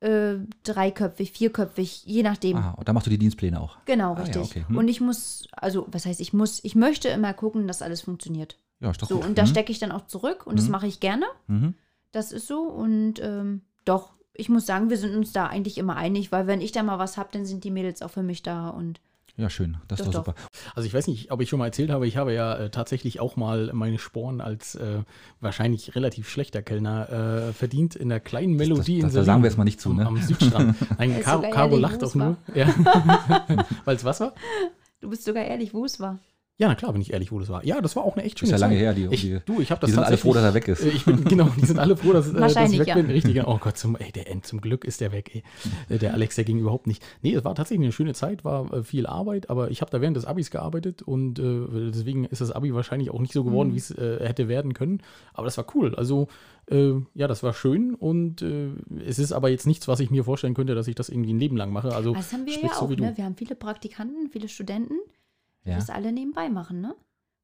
Speaker 3: Äh, dreiköpfig, vierköpfig, je nachdem.
Speaker 2: Ah, und da machst du die Dienstpläne auch.
Speaker 3: Genau,
Speaker 2: ja,
Speaker 3: richtig.
Speaker 2: okay. Hm.
Speaker 3: Und ich muss, also was heißt, ich muss, ich möchte immer gucken, dass alles funktioniert.
Speaker 2: Ja, ist doch
Speaker 3: So,
Speaker 2: gut.
Speaker 3: und da
Speaker 2: Hm.
Speaker 3: stecke ich dann auch zurück und das
Speaker 2: Mhm.
Speaker 3: mache ich gerne.
Speaker 2: Mhm.
Speaker 3: Das ist so. Und ähm, doch, ich muss sagen, wir sind uns da eigentlich immer einig, weil wenn ich da mal was habe, dann sind die Mädels auch für mich da und
Speaker 2: Ja, schön. Das ist
Speaker 3: Doch,
Speaker 2: doch super.
Speaker 1: Also ich weiß nicht, ob ich schon mal erzählt habe, ich habe ja äh, tatsächlich auch mal meine Sporen als äh, wahrscheinlich relativ schlechter Kellner äh, verdient in der kleinen Melodie
Speaker 2: das-
Speaker 1: in
Speaker 2: da sagen wir jetzt mal nicht zu,
Speaker 1: am,
Speaker 2: ne?
Speaker 1: am Südstrand. Nein,
Speaker 3: Ist
Speaker 1: Car
Speaker 3: sogar
Speaker 1: Caro
Speaker 3: ehrlich,
Speaker 1: lacht
Speaker 3: wo
Speaker 1: auch
Speaker 3: es
Speaker 1: nur. Ja. Weil es was war?
Speaker 3: Du bist sogar ehrlich, wo es war.
Speaker 1: Ja, na klar, bin ich ehrlich, wo das war. Ja, das war auch eine echt schöne
Speaker 2: ja lange
Speaker 1: Zeit.
Speaker 2: her, die- die-
Speaker 1: ich, Du, ich habe das
Speaker 2: die sind alle froh, dass er
Speaker 1: tatsächlich-
Speaker 2: weg ist.
Speaker 1: Äh, Ich bin, genau, die sind alle froh, dass, äh, dass ich
Speaker 3: Wahrscheinlich,
Speaker 1: weg
Speaker 3: ja.
Speaker 1: bin. Richtig, ja. oh Gott, zum, ey, der End, zum Glück ist der weg. Ey. Äh, Der Alex, der ging überhaupt nicht. Nee, es war tatsächlich eine schöne Zeit, war äh, viel Arbeit, aber ich habe da während des Abis gearbeitet und äh, deswegen ist das Abi wahrscheinlich auch nicht so
Speaker 3: Mhm.
Speaker 1: geworden, wie es äh, hätte werden können. Aber das war cool. Also, äh, ja, das war schön und äh, es ist aber jetzt nichts, was ich mir vorstellen könnte, dass ich das irgendwie ein Leben lang mache. Also,
Speaker 3: Das haben wir
Speaker 1: sprich,
Speaker 3: ja
Speaker 1: so
Speaker 3: auch,
Speaker 1: wie du.
Speaker 3: ne? Wir haben viele Praktikanten, viele Studenten, die
Speaker 2: Ja.
Speaker 3: das alle nebenbei machen, ne?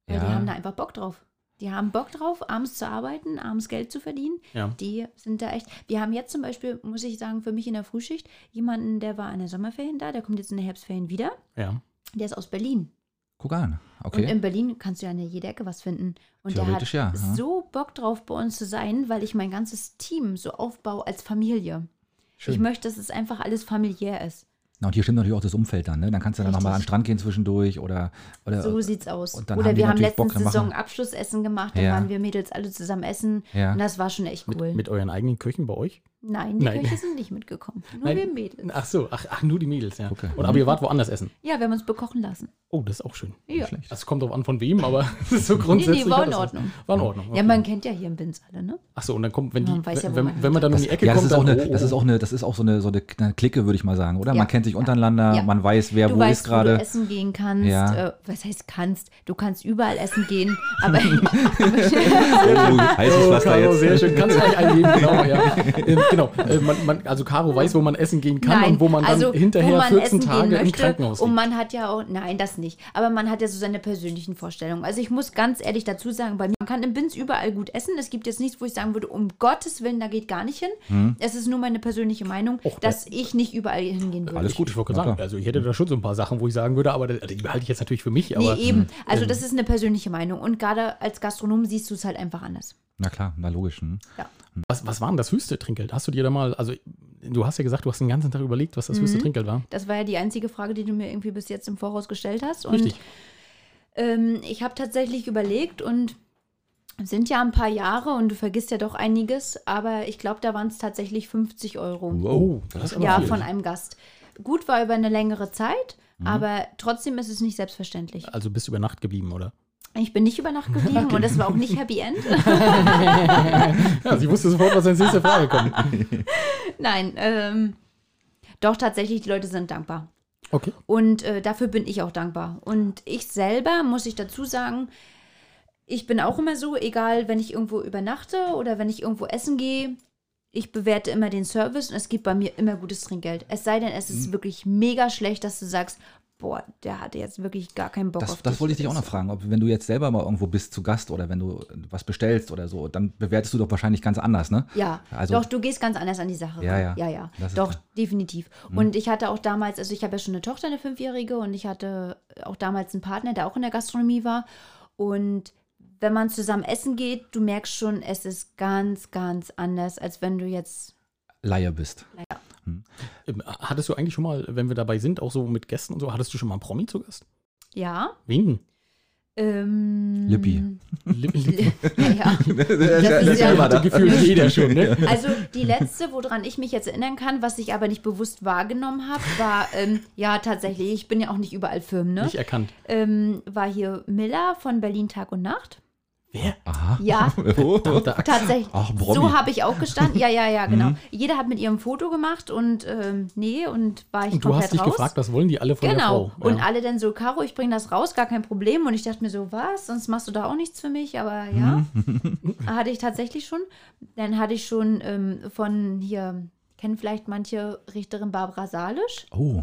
Speaker 3: Weil die
Speaker 2: Ja.
Speaker 3: haben da einfach Bock drauf. Die haben Bock drauf, abends zu arbeiten, abends Geld zu verdienen.
Speaker 1: Ja.
Speaker 3: Die sind da echt. Wir haben jetzt zum Beispiel, muss ich sagen, für mich in der Frühschicht jemanden, der war in der Sommerferien da, der kommt jetzt in der Herbstferien wieder.
Speaker 1: ja.
Speaker 3: Der ist aus Berlin.
Speaker 2: Guck an.
Speaker 3: Und ähm,
Speaker 2: Okay.
Speaker 3: in Berlin kannst du ja an jeder Ecke was finden. Und der hat
Speaker 2: Theoretisch ja, ja.
Speaker 3: so Bock drauf, bei uns zu sein, weil ich mein ganzes Team so aufbaue als Familie. Ich möchte, dass es einfach alles familiär ist.
Speaker 2: Na, und hier stimmt natürlich auch das Umfeld dann, ne? Dann kannst du dann
Speaker 3: Richtig.
Speaker 2: nochmal an den Strand gehen zwischendurch oder. oder
Speaker 3: So sieht's aus.
Speaker 2: und dann
Speaker 3: Oder
Speaker 2: haben die
Speaker 3: wir haben
Speaker 2: natürlich
Speaker 3: letzten
Speaker 2: Bock, dann machen-
Speaker 3: Saison Abschlussessen gemacht, da
Speaker 2: Ja.
Speaker 3: waren wir Mädels alle zusammen essen.
Speaker 2: Ja.
Speaker 3: Und das war schon echt cool.
Speaker 1: Mit euren eigenen Köchen bei euch?
Speaker 3: Nein, die
Speaker 1: Nein.
Speaker 3: Köche sind nicht mitgekommen. Nur
Speaker 1: Nein.
Speaker 3: wir Mädels.
Speaker 1: Ach so, ach, ach nur die Mädels, ja.
Speaker 2: Okay.
Speaker 1: Und aber ihr wart woanders essen.
Speaker 3: Ja, wir haben uns bekochen lassen.
Speaker 1: Oh, das ist auch schön.
Speaker 3: Ja.
Speaker 1: Das kommt drauf an, von wem, aber das ist so grundsätzlich.
Speaker 3: war in
Speaker 1: das-
Speaker 3: Ordnung.
Speaker 1: War in Ordnung.
Speaker 3: Ja, man kennt ja hier in Binz alle, ne?
Speaker 1: Ach so, und dann kommt, wenn die,
Speaker 3: Man weiß ja, wo
Speaker 1: wenn,
Speaker 3: man
Speaker 1: wenn man dann um die Ecke
Speaker 2: ja, das
Speaker 1: kommt,
Speaker 2: ist, auch
Speaker 1: dann,
Speaker 2: eine, das ist auch eine, das ist auch so eine, so eine kleine Clique, würde ich mal sagen, oder?
Speaker 3: Ja.
Speaker 2: Man kennt sich untereinander,
Speaker 3: Ja.
Speaker 2: man weiß, wer
Speaker 3: Du
Speaker 2: wo
Speaker 3: weißt,
Speaker 2: ist
Speaker 3: wo du
Speaker 2: gerade.
Speaker 3: essen gehen kannst.
Speaker 2: Ja.
Speaker 3: Äh, was heißt kannst? Du kannst überall essen gehen, aber
Speaker 2: Oh, heißes
Speaker 1: Oh,
Speaker 2: Pflaster
Speaker 1: Caro, sehr
Speaker 2: jetzt.
Speaker 1: schön. Kannst du gleich eingeben, genau, ja. Ähm, genau. Äh, man, man, also Caro weiß, wo man essen gehen kann und wo man dann
Speaker 3: also,
Speaker 1: hinterher
Speaker 3: wo man
Speaker 1: 14
Speaker 3: essen gehen
Speaker 1: Tage im
Speaker 3: möchte. um
Speaker 1: Krankenhaus
Speaker 3: Und
Speaker 1: liegt.
Speaker 3: man hat ja auch, nein, das nicht. Aber man hat ja so seine persönlichen Vorstellungen. Also ich muss ganz ehrlich dazu sagen, bei mir, man kann im Binz überall gut essen. Es gibt jetzt nichts, wo ich sagen würde, um Gottes Willen, da geht gar nicht hin. Es ist nur meine persönliche Meinung,
Speaker 1: Hm. Och,
Speaker 3: dass ich nicht überall hingehen würde.
Speaker 2: Alles gut.
Speaker 1: Ich wollte
Speaker 2: Na
Speaker 1: gerade sagen,
Speaker 2: klar.
Speaker 1: also ich hätte da schon so ein paar Sachen, wo ich sagen würde, aber das- die behalte ich jetzt natürlich für mich. Aber
Speaker 3: nee, eben. Also das ist eine persönliche Meinung. Und gerade als Gastronom siehst du es halt einfach anders.
Speaker 2: Na klar, na logisch. Hm.
Speaker 3: Ja.
Speaker 1: was, was war denn das höchste Trinkgeld? Hast du dir da mal, also du hast ja gesagt, du hast den ganzen Tag überlegt, was das
Speaker 3: Mhm.
Speaker 1: höchste Trinkgeld war.
Speaker 3: Das war ja die einzige Frage, die du mir irgendwie bis jetzt im Voraus gestellt hast. Und
Speaker 1: Richtig.
Speaker 3: Ähm, ich habe tatsächlich überlegt und es sind ja ein paar Jahre und du vergisst ja doch einiges, aber ich glaube, da waren es tatsächlich 50 Euro.
Speaker 1: Oh, das ist aber
Speaker 3: ja,
Speaker 1: viel. Mhm.
Speaker 3: von einem Gast. Gut war über eine längere Zeit, aber trotzdem ist es nicht selbstverständlich.
Speaker 1: Also bist du über Nacht geblieben, oder?
Speaker 3: Ich bin nicht über Nacht geblieben
Speaker 1: genau.
Speaker 3: und es war auch nicht Happy End.
Speaker 1: Ja, sie wusste sofort, was als nächste Frage kommt.
Speaker 3: Nein, ähm, doch tatsächlich, die Leute sind dankbar.
Speaker 1: Okay.
Speaker 3: Und äh, dafür bin ich auch dankbar. Und ich selber, muss ich dazu sagen, ich bin auch immer so, egal wenn ich irgendwo übernachte oder wenn ich irgendwo essen gehe, ich bewerte immer den Service und es gibt bei mir immer gutes Trinkgeld. Es sei denn, es
Speaker 2: Mhm.
Speaker 3: ist wirklich mega schlecht, dass du sagst, boah, der hatte jetzt wirklich gar keinen Bock auf
Speaker 2: Das, das
Speaker 3: dich.
Speaker 2: wollte ich dich auch noch fragen, ob wenn du jetzt selber mal irgendwo bist zu Gast oder wenn du was bestellst oder so, dann bewertest du doch wahrscheinlich ganz anders, ne?
Speaker 3: Ja,
Speaker 2: Also,
Speaker 3: doch, du gehst ganz anders an die Sache.
Speaker 2: Ja,
Speaker 3: ran.
Speaker 2: ja.
Speaker 3: ja, ja.
Speaker 2: Das ist
Speaker 3: Doch,
Speaker 2: klar. Mhm.
Speaker 3: definitiv. Und ich hatte auch damals, also ich habe ja schon eine Tochter, eine Fünfjährige, und ich hatte auch damals einen Partner, der auch in der Gastronomie war. Und wenn man zusammen essen geht, du merkst schon, es ist ganz, ganz anders, als wenn du jetzt.
Speaker 2: Laie bist.
Speaker 1: Ähm, Hattest du eigentlich schon mal, wenn wir dabei sind, auch so mit Gästen und so, hattest du schon mal einen Promi zu Gast?
Speaker 3: Ja.
Speaker 1: Wen?
Speaker 3: Ähm,
Speaker 2: Lippi.
Speaker 1: Lipp- Lipp-
Speaker 3: ja, ja.
Speaker 2: Das
Speaker 3: ist ja-
Speaker 1: Lipp- hatte gefühlt jeder schon, ne?
Speaker 3: Also die letzte, woran ich mich jetzt erinnern kann, was ich aber nicht bewusst wahrgenommen habe, war, ähm, ja, tatsächlich, ich bin ja auch nicht überall Firmen, ne?
Speaker 1: Nicht erkannt.
Speaker 3: ähm, war hier Miller von Berlin Tag und Nacht.
Speaker 1: Wer?
Speaker 2: Aha.
Speaker 3: Ja,
Speaker 2: Oh.
Speaker 3: tatsächlich.
Speaker 2: Ach, Promi.
Speaker 3: so habe ich auch gestanden. Ja, ja, ja,
Speaker 1: Mhm.
Speaker 3: genau. Jeder hat mit ihrem Foto gemacht und ähm, nee, und war ich
Speaker 1: Und du
Speaker 3: komplett
Speaker 1: hast dich
Speaker 3: raus.
Speaker 1: gefragt, was wollen die alle von
Speaker 3: Genau.
Speaker 1: der Frau?
Speaker 3: Und alle dann so, Caro, ich bringe das raus, gar kein Problem. Und ich dachte mir so, was? Sonst machst du da auch nichts für mich. Aber ja,
Speaker 1: Mhm.
Speaker 3: hatte ich tatsächlich schon. Dann hatte ich schon ähm, von hier, kennen vielleicht manche Richterin Barbara Salisch.
Speaker 2: Oh.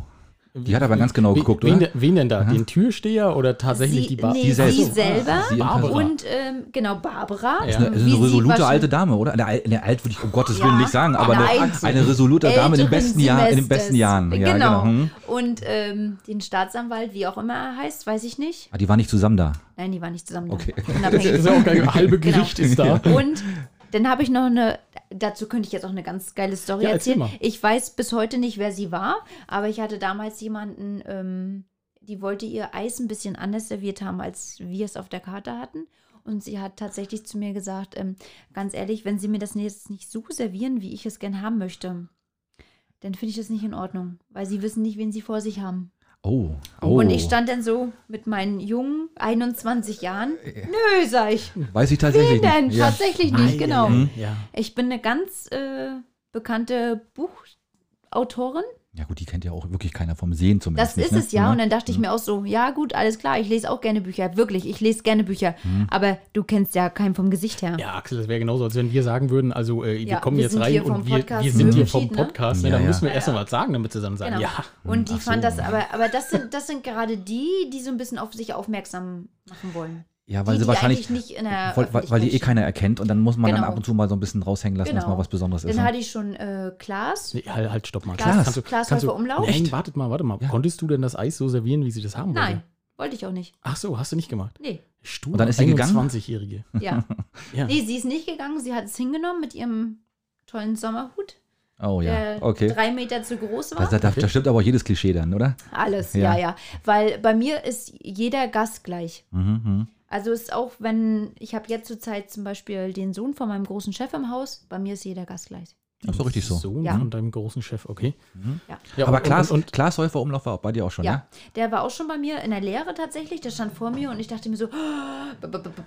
Speaker 2: Die hat aber ganz genau
Speaker 1: We-
Speaker 2: geguckt,
Speaker 1: wen,
Speaker 2: oder?
Speaker 1: de- wen denn da? Den Türsteher oder tatsächlich die Bar?
Speaker 3: nee,
Speaker 2: Die selbst.
Speaker 3: sie selber.
Speaker 2: Sie in
Speaker 1: Barbara.
Speaker 2: Person.
Speaker 3: Und ähm, genau, Barbara.
Speaker 1: Ist
Speaker 2: Ist eine, ist
Speaker 3: Wie
Speaker 2: eine
Speaker 3: sie
Speaker 2: resolute
Speaker 3: wahrscheinlich-
Speaker 2: alte Dame, oder? Eine, al- eine alt würde ich um Gottes Willen
Speaker 3: Ja.
Speaker 2: nicht sagen, aber
Speaker 3: Nein.
Speaker 2: eine, eine resolute Dame in den
Speaker 3: älteren
Speaker 2: besten Jahren, in den besten
Speaker 3: Semesters.
Speaker 2: Jahren. Ja,
Speaker 3: genau.
Speaker 2: Hm.
Speaker 3: Und ähm, den Staatsanwalt, wie auch immer er heißt, weiß ich nicht.
Speaker 2: Ah, die war nicht zusammen da.
Speaker 3: Nein, die waren nicht zusammen.
Speaker 2: Okay.
Speaker 1: Das
Speaker 3: Unabhängig. Genau.
Speaker 1: ist ja auch geil. Halbe Gericht ist da.
Speaker 3: Und dann habe ich noch eine, dazu könnte ich jetzt auch eine ganz geile Story
Speaker 1: Ja, erzähl
Speaker 3: erzählen.
Speaker 1: mal.
Speaker 3: Ich weiß bis heute nicht, wer sie war, aber ich hatte damals jemanden ähm, die wollte ihr Eis ein bisschen anders serviert haben, als wir es auf der Karte hatten. Und sie hat tatsächlich zu mir gesagt, ähm, ganz ehrlich, wenn Sie mir das jetzt nicht so servieren, wie ich es gern haben möchte, dann finde ich das nicht in Ordnung, weil Sie wissen nicht, wen Sie vor sich haben.
Speaker 2: Oh, oh.
Speaker 3: Und ich stand dann so mit meinen jungen 21 Jahren,
Speaker 1: Äh.
Speaker 3: nö, sag ich.
Speaker 2: Weiß ich
Speaker 3: Wen
Speaker 2: tatsächlich
Speaker 3: denn?
Speaker 2: nicht. Ja.
Speaker 3: Tatsächlich nicht, genau.
Speaker 1: Ja.
Speaker 3: Ich bin eine ganz äh, bekannte Buchautorin.
Speaker 2: ja gut, die kennt ja auch wirklich keiner vom Sehen zumindest.
Speaker 3: Das ist
Speaker 2: nicht,
Speaker 3: es ja.
Speaker 2: ne?
Speaker 3: Und dann dachte ich mir auch so, ja gut, alles klar, ich lese auch gerne Bücher. Wirklich, ich lese gerne Bücher.
Speaker 2: Mhm.
Speaker 3: Aber du kennst ja keinen vom Gesicht her.
Speaker 1: Ja, Axel, das wäre genauso, als wenn wir sagen würden, also äh, wir
Speaker 3: Ja,
Speaker 1: kommen
Speaker 3: wir
Speaker 1: jetzt
Speaker 3: sind
Speaker 1: rein
Speaker 3: hier
Speaker 1: und
Speaker 3: vom
Speaker 1: wir,
Speaker 3: Podcast
Speaker 1: wir sind hier vom
Speaker 3: Unterschied, ne?
Speaker 1: Podcast. Ne?
Speaker 2: Ja,
Speaker 1: dann
Speaker 2: ja.
Speaker 1: müssen wir erst noch was sagen, damit sie dann sagen,
Speaker 3: Genau.
Speaker 1: ja.
Speaker 3: Und die
Speaker 2: Ach
Speaker 3: fand
Speaker 2: so.
Speaker 3: das, aber, aber das sind, das sind gerade die, die so ein bisschen auf sich aufmerksam machen wollen.
Speaker 2: Ja, weil
Speaker 3: die,
Speaker 2: sie
Speaker 3: die
Speaker 2: wahrscheinlich,
Speaker 3: eigentlich nicht in der
Speaker 2: weil, weil- weil die eh
Speaker 3: Öffentlichkeit
Speaker 2: keiner erkennt und dann muss man dann
Speaker 3: Genau.
Speaker 2: ab und zu mal so ein bisschen raushängen lassen, dass
Speaker 3: Genau.
Speaker 2: mal was Besonderes ist.
Speaker 3: Dann
Speaker 2: Ne?
Speaker 3: hatte ich schon äh, Klaas.
Speaker 1: Nee, halt, halt, stopp mal.
Speaker 3: Klaas-
Speaker 1: Kannst du-
Speaker 3: Klaas
Speaker 1: kannst du-
Speaker 3: Häufer Umlauf?
Speaker 1: Nein, wartet mal, warte mal.
Speaker 2: Ja.
Speaker 1: Konntest du denn das Eis so servieren, wie sie das haben
Speaker 3: Nein,
Speaker 1: wollte?
Speaker 3: wollte ich auch nicht.
Speaker 1: Ach so, hast du nicht gemacht.
Speaker 3: Nee,
Speaker 1: Stur,
Speaker 2: Und dann ist sie gegangen?
Speaker 1: 21-Jährige.
Speaker 3: ja.
Speaker 1: Ja.
Speaker 3: Nee, sie ist nicht gegangen. Sie hat es hingenommen mit ihrem tollen Sommerhut,
Speaker 2: Oh ja,
Speaker 3: der
Speaker 2: okay.
Speaker 3: äh, drei Meter zu groß war.
Speaker 2: Da, da, da stimmt aber auch jedes Klischee dann, oder?
Speaker 3: Alles,
Speaker 2: Ja.
Speaker 3: ja. ja, Weil bei mir ist jeder Gast gleich.
Speaker 2: Mhm, mhm.
Speaker 3: Also ist auch, wenn ich habe jetzt zurzeit zum Beispiel den Sohn von meinem großen Chef im Haus, bei mir ist jeder Gast gleich.
Speaker 2: Ach so, richtig so.
Speaker 1: Sohn
Speaker 3: Ja.
Speaker 1: von deinem großen Chef, okay.
Speaker 3: Ja.
Speaker 1: Ja,
Speaker 2: aber
Speaker 1: und-
Speaker 2: Klaas,
Speaker 1: und, und,
Speaker 2: Klaas Häufer Umlauf war bei dir auch schon,
Speaker 3: Ja,
Speaker 2: ne?
Speaker 3: der war auch schon bei mir in der Lehre tatsächlich. Der stand vor mir und ich dachte mir so, "Oh, b- b- b- b-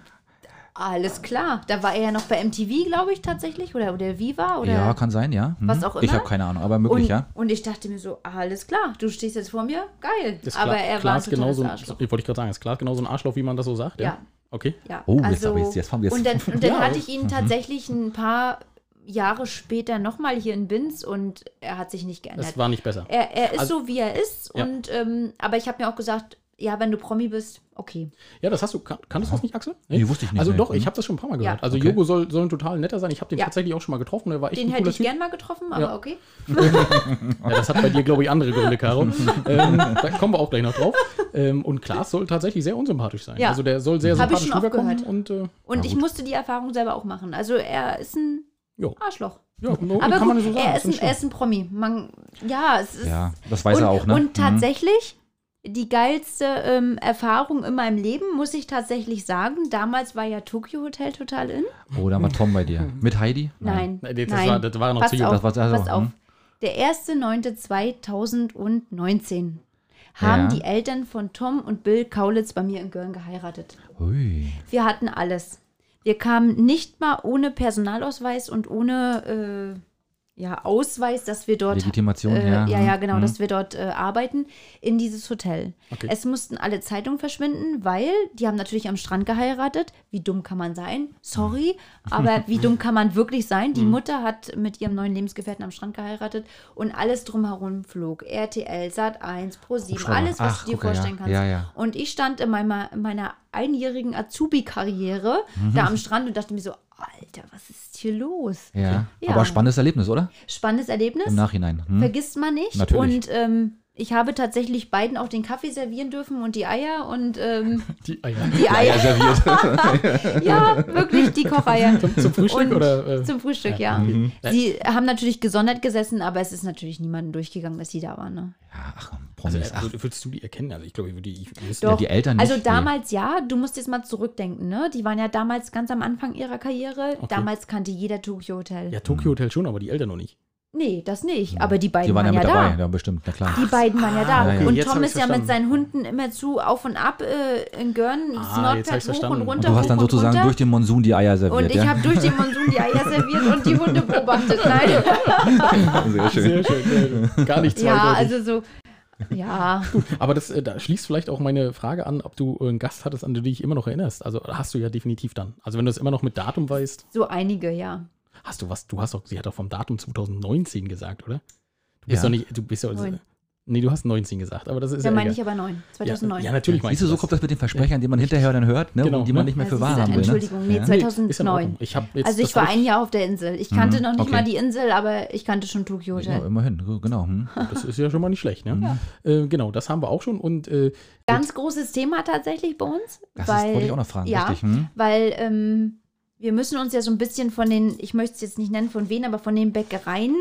Speaker 3: alles klar. Da war er ja noch bei MTV, glaube ich, tatsächlich. Oder, oder Viva oder
Speaker 2: ja, kann sein, ja. Mhm.
Speaker 3: was auch
Speaker 2: Ich
Speaker 3: immer.
Speaker 2: habe keine Ahnung, aber
Speaker 3: und,
Speaker 2: möglich, ja.
Speaker 3: und ich dachte mir so, alles klar, du stehst jetzt vor mir, geil.
Speaker 1: ist
Speaker 3: Aber
Speaker 1: Kla-
Speaker 3: er war ein
Speaker 1: Klaas
Speaker 3: totales
Speaker 1: genauso, ein-
Speaker 3: Arschloch.
Speaker 1: Ich wollte ich gerade sagen, ist Klaas genauso ein Arschloch, wie man das so sagt?
Speaker 3: Ja.
Speaker 1: Okay.
Speaker 3: Ja, also
Speaker 2: Oh, jetzt aber jetzt- jetzt haben wir es.
Speaker 3: Und dann, und dann
Speaker 1: Ja. Mhm.
Speaker 3: hatte ich ihn tatsächlich ein paar Jahre später nochmal hier in Binz und er hat sich nicht
Speaker 1: Das
Speaker 3: geändert.
Speaker 1: war nicht besser.
Speaker 3: Er, er ist
Speaker 1: Also-
Speaker 3: so, wie er ist.
Speaker 1: Ja.
Speaker 3: Und, ähm, aber ich habe mir auch gesagt, ja, wenn du Promi bist, okay.
Speaker 1: Ja, das hast du. Kann, kannst du das nicht, Axel?
Speaker 2: Nee, wusste ich nicht,
Speaker 1: Also
Speaker 2: nee.
Speaker 1: doch,
Speaker 2: Mhm.
Speaker 1: ich habe das schon ein paar Mal gehört.
Speaker 3: Ja.
Speaker 1: Also
Speaker 2: Okay.
Speaker 1: Jogo soll, soll ein total netter sein. Ich habe den
Speaker 3: Ja.
Speaker 1: tatsächlich auch schon mal getroffen. Der war echt
Speaker 3: Den
Speaker 1: ein
Speaker 3: hätte
Speaker 1: cooler
Speaker 3: ich
Speaker 1: Typ.
Speaker 3: gern mal getroffen, aber
Speaker 1: Ja.
Speaker 3: okay.
Speaker 1: Ja, das hat bei dir, glaube ich, andere Gründe, Caro. ähm, da kommen wir auch gleich noch drauf. Ähm, und Klaas soll tatsächlich sehr unsympathisch sein.
Speaker 3: Ja.
Speaker 1: Also der soll sehr
Speaker 3: Hab ich
Speaker 1: sympathisch
Speaker 3: schon oft
Speaker 1: rüberkommen.
Speaker 3: gehört.
Speaker 1: Und äh,
Speaker 3: Und ich musste die Erfahrung selber auch machen. Also er ist ein
Speaker 1: Jo.
Speaker 3: Arschloch.
Speaker 1: ja, no,
Speaker 3: Aber
Speaker 1: kann man
Speaker 3: gut,
Speaker 1: so sagen.
Speaker 3: er,
Speaker 1: Das
Speaker 3: ist ein,
Speaker 1: nicht
Speaker 3: er ist ein Promi. Man, ja, es ist.
Speaker 2: Ja, das weiß
Speaker 3: und,
Speaker 2: er auch, ne?
Speaker 3: Und tatsächlich, die geilste ähm, Erfahrung in meinem Leben, muss ich tatsächlich sagen, damals war ja Tokyo Hotel total in.
Speaker 2: Mhm. Oh, dann war Tom bei dir.
Speaker 3: Hm.
Speaker 2: Mit Heidi?
Speaker 3: Nein.
Speaker 1: schlimm. Nee,
Speaker 3: nein.
Speaker 1: das, War, das war noch
Speaker 3: Passt
Speaker 1: zu jung.
Speaker 3: auf,
Speaker 2: Das war- also,
Speaker 3: passt auf.
Speaker 2: hm.
Speaker 3: Der 1.9.2019 haben
Speaker 2: Ja.
Speaker 3: die Eltern von Tom und Bill Kaulitz bei mir in Görn geheiratet.
Speaker 2: Ui.
Speaker 3: Wir hatten alles. Wir kamen nicht mal ohne Personalausweis und ohne äh, ja, Ausweis, dass wir dort
Speaker 2: Legitimation,
Speaker 3: äh,
Speaker 2: ja.
Speaker 3: ja, ja, genau,
Speaker 2: Mhm.
Speaker 3: dass wir dort äh, arbeiten in dieses Hotel.
Speaker 1: Okay.
Speaker 3: Es mussten alle Zeitungen verschwinden, weil die haben natürlich am Strand geheiratet. Wie dumm kann man sein? Sorry,
Speaker 2: Mhm.
Speaker 3: aber wie dumm kann man wirklich sein? Die Mutter hat mit ihrem neuen Lebensgefährten am Strand geheiratet und alles drumherum flog. RTL, Sat 1, Pro 7,
Speaker 2: Hubschrauber.
Speaker 3: alles, was
Speaker 2: Ach,
Speaker 3: du dir
Speaker 2: guck, ja,
Speaker 3: vorstellen
Speaker 2: ja.
Speaker 3: kannst.
Speaker 2: Ja, ja.
Speaker 3: Und ich stand in meiner, meiner einjährigen Azubi-Karriere da am Strand und dachte mir so, Alter, was ist hier los?
Speaker 2: Mhm. Ja.
Speaker 3: Ja.
Speaker 2: Aber spannendes Erlebnis, oder?
Speaker 3: Spannendes Erlebnis,
Speaker 2: Im Nachhinein. Hm?
Speaker 3: vergisst man nicht.
Speaker 2: Natürlich.
Speaker 3: Und ähm, ich habe tatsächlich beiden auch den Kaffee servieren dürfen und die Eier und ähm,
Speaker 1: Die ah Eier.
Speaker 3: die Eier. ja, wirklich die Kocheier.
Speaker 1: Zum Frühstück
Speaker 3: Und
Speaker 1: oder? Äh,
Speaker 3: Zum Frühstück, ja.
Speaker 2: Mhm.
Speaker 3: Sie haben natürlich gesondert gesessen, aber es ist natürlich niemandem durchgegangen, dass sie da waren. Ne?
Speaker 2: Ja, ach,
Speaker 1: also,
Speaker 2: Promis. Ach,
Speaker 1: würd- würdest du die erkennen? Also ich glaube, ich würde die. Ich wüsste-
Speaker 3: Doch.
Speaker 2: die Eltern nicht,
Speaker 3: Also
Speaker 2: nee.
Speaker 3: damals ja, du musst jetzt mal zurückdenken, ne? Die waren ja damals ganz am Anfang ihrer Karriere.
Speaker 1: Okay.
Speaker 3: Damals kannte jeder Tokyo Hotel.
Speaker 1: Ja, Tokyo Hotel schon, aber die Eltern noch nicht.
Speaker 3: Nee, das nicht. Aber die beiden
Speaker 2: die waren ja
Speaker 3: waren,
Speaker 2: mit
Speaker 3: ja
Speaker 2: dabei, ne?
Speaker 3: da.
Speaker 2: ja, bestimmt, na klar.
Speaker 3: Die beiden waren ja da.
Speaker 2: Ah, okay,
Speaker 3: Und
Speaker 1: jetzt hab
Speaker 3: Tom
Speaker 1: ich's
Speaker 3: ist ja mit
Speaker 1: verstanden.
Speaker 3: seinen Hunden immer zu auf und ab äh, in Görn,
Speaker 1: Ah, jetzt
Speaker 3: ins
Speaker 1: hab ich's
Speaker 3: Nordberg hoch und
Speaker 1: verstanden.
Speaker 2: und
Speaker 3: runter.
Speaker 2: du hast dann
Speaker 3: hoch und
Speaker 2: sozusagen
Speaker 3: runter.
Speaker 2: durch den Monsun die Eier serviert,
Speaker 3: Und ich
Speaker 2: ja?
Speaker 3: habe durch den Monsun die Eier serviert und die Hunde beobachtet. Nein.
Speaker 2: Sehr schön.
Speaker 1: Sehr schön, sehr schön. Gar nicht
Speaker 3: Ja,
Speaker 1: zweideutig.
Speaker 3: also so. Ja,
Speaker 1: Aber das äh, da schließt vielleicht auch meine Frage an, ob du äh, einen Gast hattest, an den du dich immer noch erinnerst. Also hast du ja definitiv dann. Also wenn du es immer noch mit Datum weißt,
Speaker 3: so einige, ja.
Speaker 1: hast du was, du hast doch, sie hat doch vom Datum 2019 gesagt, oder? Du bist
Speaker 2: Ja.
Speaker 1: doch nicht, du bist doch. also,
Speaker 3: Neun.
Speaker 1: Nee, du hast 19 gesagt, aber das ist
Speaker 3: Da
Speaker 1: ja.
Speaker 3: meine ich
Speaker 1: egal.
Speaker 3: aber neun.
Speaker 1: ja,
Speaker 3: 2009.
Speaker 1: ja, natürlich meine
Speaker 2: Siehst du, so
Speaker 1: das.
Speaker 2: kommt das mit den Versprechern, die man hinterher dann hört, ne,
Speaker 1: Genau,
Speaker 2: die man
Speaker 1: ne?
Speaker 2: nicht mehr
Speaker 3: Ja,
Speaker 2: für
Speaker 3: siehst
Speaker 2: wahr
Speaker 3: du,
Speaker 2: haben will. Ne?
Speaker 3: Entschuldigung, nee,
Speaker 2: Ja.
Speaker 1: Nee, ist in
Speaker 3: 2009.
Speaker 1: Ordnung. Ich hab jetzt,
Speaker 3: also
Speaker 1: das
Speaker 3: ich war
Speaker 1: hab
Speaker 3: ein Jahr auf der Insel. Ich kannte
Speaker 2: Mhm,
Speaker 3: noch nicht
Speaker 2: okay.
Speaker 3: mal die Insel, aber ich kannte schon Tokyo Hotel.
Speaker 2: Ja, immerhin, so, genau. Hm.
Speaker 1: Das ist ja schon mal nicht schlecht, ne? Äh, genau, das haben wir auch schon. Und äh,
Speaker 3: Ganz großes Thema tatsächlich bei uns.
Speaker 2: Das ist-
Speaker 3: weil,
Speaker 2: wollte ich auch noch fragen,
Speaker 3: ja,
Speaker 2: richtig, hm?
Speaker 3: Weil ähm, wir müssen uns ja so ein bisschen von den, ich möchte es jetzt nicht nennen von wen, aber von den Bäckereien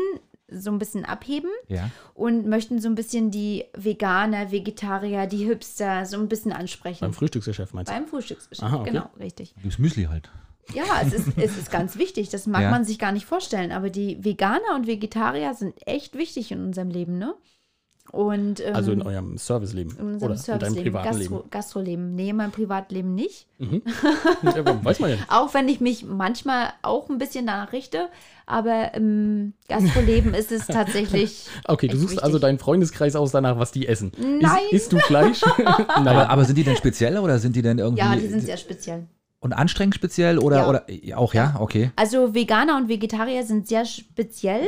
Speaker 3: so ein bisschen abheben
Speaker 2: Ja.
Speaker 3: und möchten so ein bisschen die Veganer, Vegetarier, die Hipster so ein bisschen ansprechen.
Speaker 1: Beim Frühstücksgeschäft meinst du?
Speaker 3: Beim Frühstücksgeschäft,
Speaker 1: Aha, okay.
Speaker 3: genau, richtig.
Speaker 2: Das Müsli halt.
Speaker 3: Ja, es ist, es ist ganz wichtig, das mag
Speaker 2: Ja.
Speaker 3: man sich gar nicht vorstellen, aber die Veganer und Vegetarier sind echt wichtig in unserem Leben, ne? Und, ähm,
Speaker 1: Also in eurem Serviceleben
Speaker 3: in unserem
Speaker 1: oder in deinem
Speaker 3: Serviceleben,
Speaker 1: privaten
Speaker 3: Gastro Gastroleben. Nee, mein Privatleben nicht.
Speaker 1: Leben. Ja, warum weiß man ja nicht.
Speaker 3: Auch wenn ich mich manchmal auch ein bisschen danach richte, aber im Gastroleben ist es tatsächlich.
Speaker 1: Okay, du
Speaker 3: echt
Speaker 1: suchst
Speaker 3: wichtig.
Speaker 1: also deinen Freundeskreis aus danach, was die essen. Is-
Speaker 3: Nein.
Speaker 1: Isst du Fleisch?
Speaker 2: Aber,
Speaker 1: Nein.
Speaker 2: aber sind die denn speziell oder sind die denn irgendwie
Speaker 3: Ja, die sind sehr speziell.
Speaker 2: und anstrengend speziell oder,
Speaker 3: Ja.
Speaker 2: oder ja, auch ja, okay.
Speaker 3: Also Veganer und Vegetarier sind sehr speziell,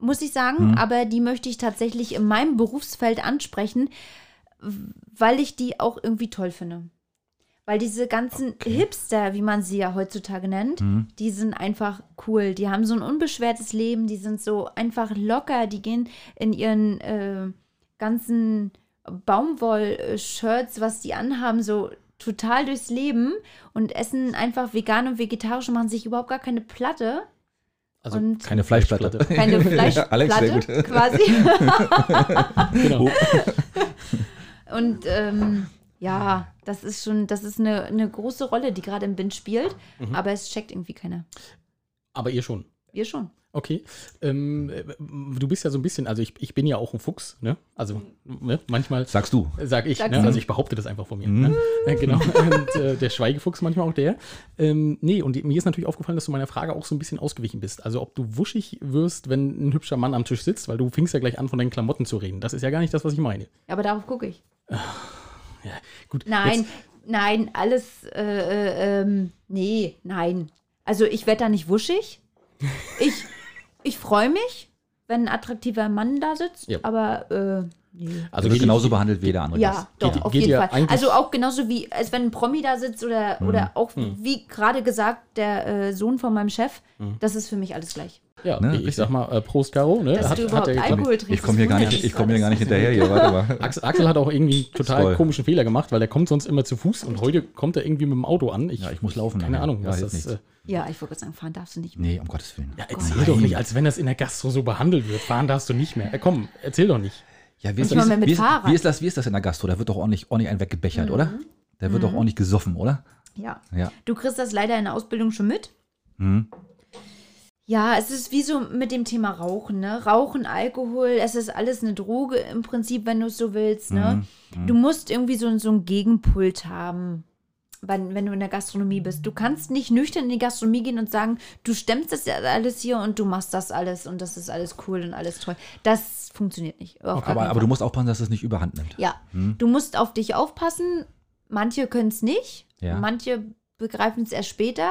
Speaker 3: muss ich sagen, aber die möchte ich tatsächlich in meinem Berufsfeld ansprechen, w- weil ich die auch irgendwie toll finde. Weil diese ganzen Hipster, wie man sie ja heutzutage nennt, die sind einfach cool. Die haben so ein unbeschwertes Leben, die sind so einfach locker, die gehen in ihren äh, ganzen Baumwoll-Shirts, was die anhaben, so total durchs Leben und essen einfach vegan und vegetarisch und machen sich überhaupt gar keine Platte,
Speaker 1: Also
Speaker 3: und-
Speaker 2: Keine Fleischplatte.
Speaker 3: keine Fleischplatte
Speaker 2: Alex, sehr gut.
Speaker 3: quasi.
Speaker 1: Genau.
Speaker 2: Oh.
Speaker 3: Und ähm, ja, das ist schon, das ist eine, eine große Rolle, die gerade im Bind spielt,
Speaker 1: Mhm.
Speaker 3: aber es checkt irgendwie keiner.
Speaker 1: Aber ihr schon.
Speaker 3: Wir schon.
Speaker 1: Okay. Ähm, äh, du bist ja so ein bisschen, also ich, ich bin ja auch ein Fuchs, ne? Also ne? manchmal
Speaker 2: Sagst du.
Speaker 1: sag ich,
Speaker 3: Sagst
Speaker 1: ne?
Speaker 3: du.
Speaker 1: also ich behaupte das einfach von mir.
Speaker 3: Mhm.
Speaker 1: Ne? Ja, genau. Und äh, der Schweigefuchs manchmal auch der. Ähm, nee, und mir ist natürlich aufgefallen, dass du meiner Frage auch so ein bisschen ausgewichen bist. Also ob du wuschig wirst, wenn ein hübscher Mann am Tisch sitzt, weil du fingst ja gleich an, von deinen Klamotten zu reden. Das ist ja gar nicht das, was ich meine.
Speaker 3: Aber darauf gucke ich.
Speaker 1: Gut,
Speaker 3: Nein,
Speaker 1: jetzt-
Speaker 3: nein, alles, äh, äh, ähm, nee, nein. Also ich werde da nicht wuschig. Ich, ich freue mich, wenn ein attraktiver Mann da sitzt,
Speaker 1: Ja.
Speaker 3: aber äh, nee.
Speaker 2: Also
Speaker 1: also
Speaker 2: wird
Speaker 1: geht
Speaker 2: genauso behandelt wie der andere. Gast.
Speaker 3: Ja, doch,
Speaker 1: geht-
Speaker 3: auf
Speaker 1: geht
Speaker 3: jeden
Speaker 1: ja
Speaker 3: Fall.
Speaker 1: eigentlich-
Speaker 3: Also auch genauso wie, als wenn ein Promi da sitzt oder,
Speaker 2: Mhm.
Speaker 3: oder auch, wie gerade gesagt, der äh, Sohn von meinem Chef,
Speaker 2: Mhm.
Speaker 3: das ist für mich alles gleich.
Speaker 1: Ja,
Speaker 2: Ne,
Speaker 1: ich
Speaker 2: richtig.
Speaker 1: sag mal, äh, Prost Caro, ne?
Speaker 3: Dass
Speaker 1: Hat,
Speaker 3: du
Speaker 1: hat
Speaker 3: überhaupt
Speaker 1: der geklappt.
Speaker 3: Alkohol trinkst.
Speaker 2: Ich komme hier
Speaker 3: ist
Speaker 2: gar nicht, ich
Speaker 3: wunderlich.
Speaker 2: komm hier gar nicht hinterher hier, warte mal.
Speaker 1: Axel, Axel hat auch irgendwie einen total
Speaker 2: Toll.
Speaker 1: komischen Fehler gemacht, weil er kommt sonst immer zu Fuß und heute kommt er irgendwie mit dem Auto an.
Speaker 2: Ja, ich muss laufen
Speaker 1: Keine
Speaker 2: nachher.
Speaker 1: Ahnung,
Speaker 2: Ja,
Speaker 1: was
Speaker 2: hilft
Speaker 1: das. Äh,
Speaker 2: nichts.
Speaker 3: Ja, ich wollte gerade sagen, fahren darfst du nicht.
Speaker 2: Nee, um Gottes Willen.
Speaker 3: Oh
Speaker 1: ja, erzähl doch nicht, als wenn das in der Gastro so behandelt wird. Fahren darfst du nicht mehr. Äh, komm, erzähl doch nicht.
Speaker 2: Ja, wie ist,
Speaker 3: Nicht mal
Speaker 2: das,
Speaker 3: mehr mit
Speaker 2: wie, ist,
Speaker 3: Fahrrad. Mhm.
Speaker 2: wie, ist das, wie ist das in der Gastro? Da wird doch ordentlich, ordentlich ein weggebechert, oder? Da wird doch ordentlich gesoffen, oder?
Speaker 3: Ja.
Speaker 2: Ja.
Speaker 3: Du kriegst das leider in der Ausbildung schon mit.
Speaker 2: Mhm.
Speaker 3: Ja, es ist wie so mit dem Thema Rauchen, ne? Rauchen, Alkohol, es ist alles eine Droge im Prinzip, wenn du es so willst,
Speaker 2: Mhm.
Speaker 3: ne? Du musst irgendwie so, so einen Gegenpult haben, wenn, wenn du in der Gastronomie bist. Du kannst nicht nüchtern in die Gastronomie gehen und sagen, du stemmst das ja alles hier und du machst das alles und das ist alles cool und alles toll. Das funktioniert nicht. Auf gar
Speaker 2: Aber,
Speaker 3: keinen
Speaker 2: aber du
Speaker 3: Fall.
Speaker 2: musst aufpassen, dass es nicht überhand nimmt. Mhm.
Speaker 3: Ja, du musst auf dich aufpassen. Manche können es nicht,
Speaker 2: Ja.
Speaker 3: manche begreifen es erst später.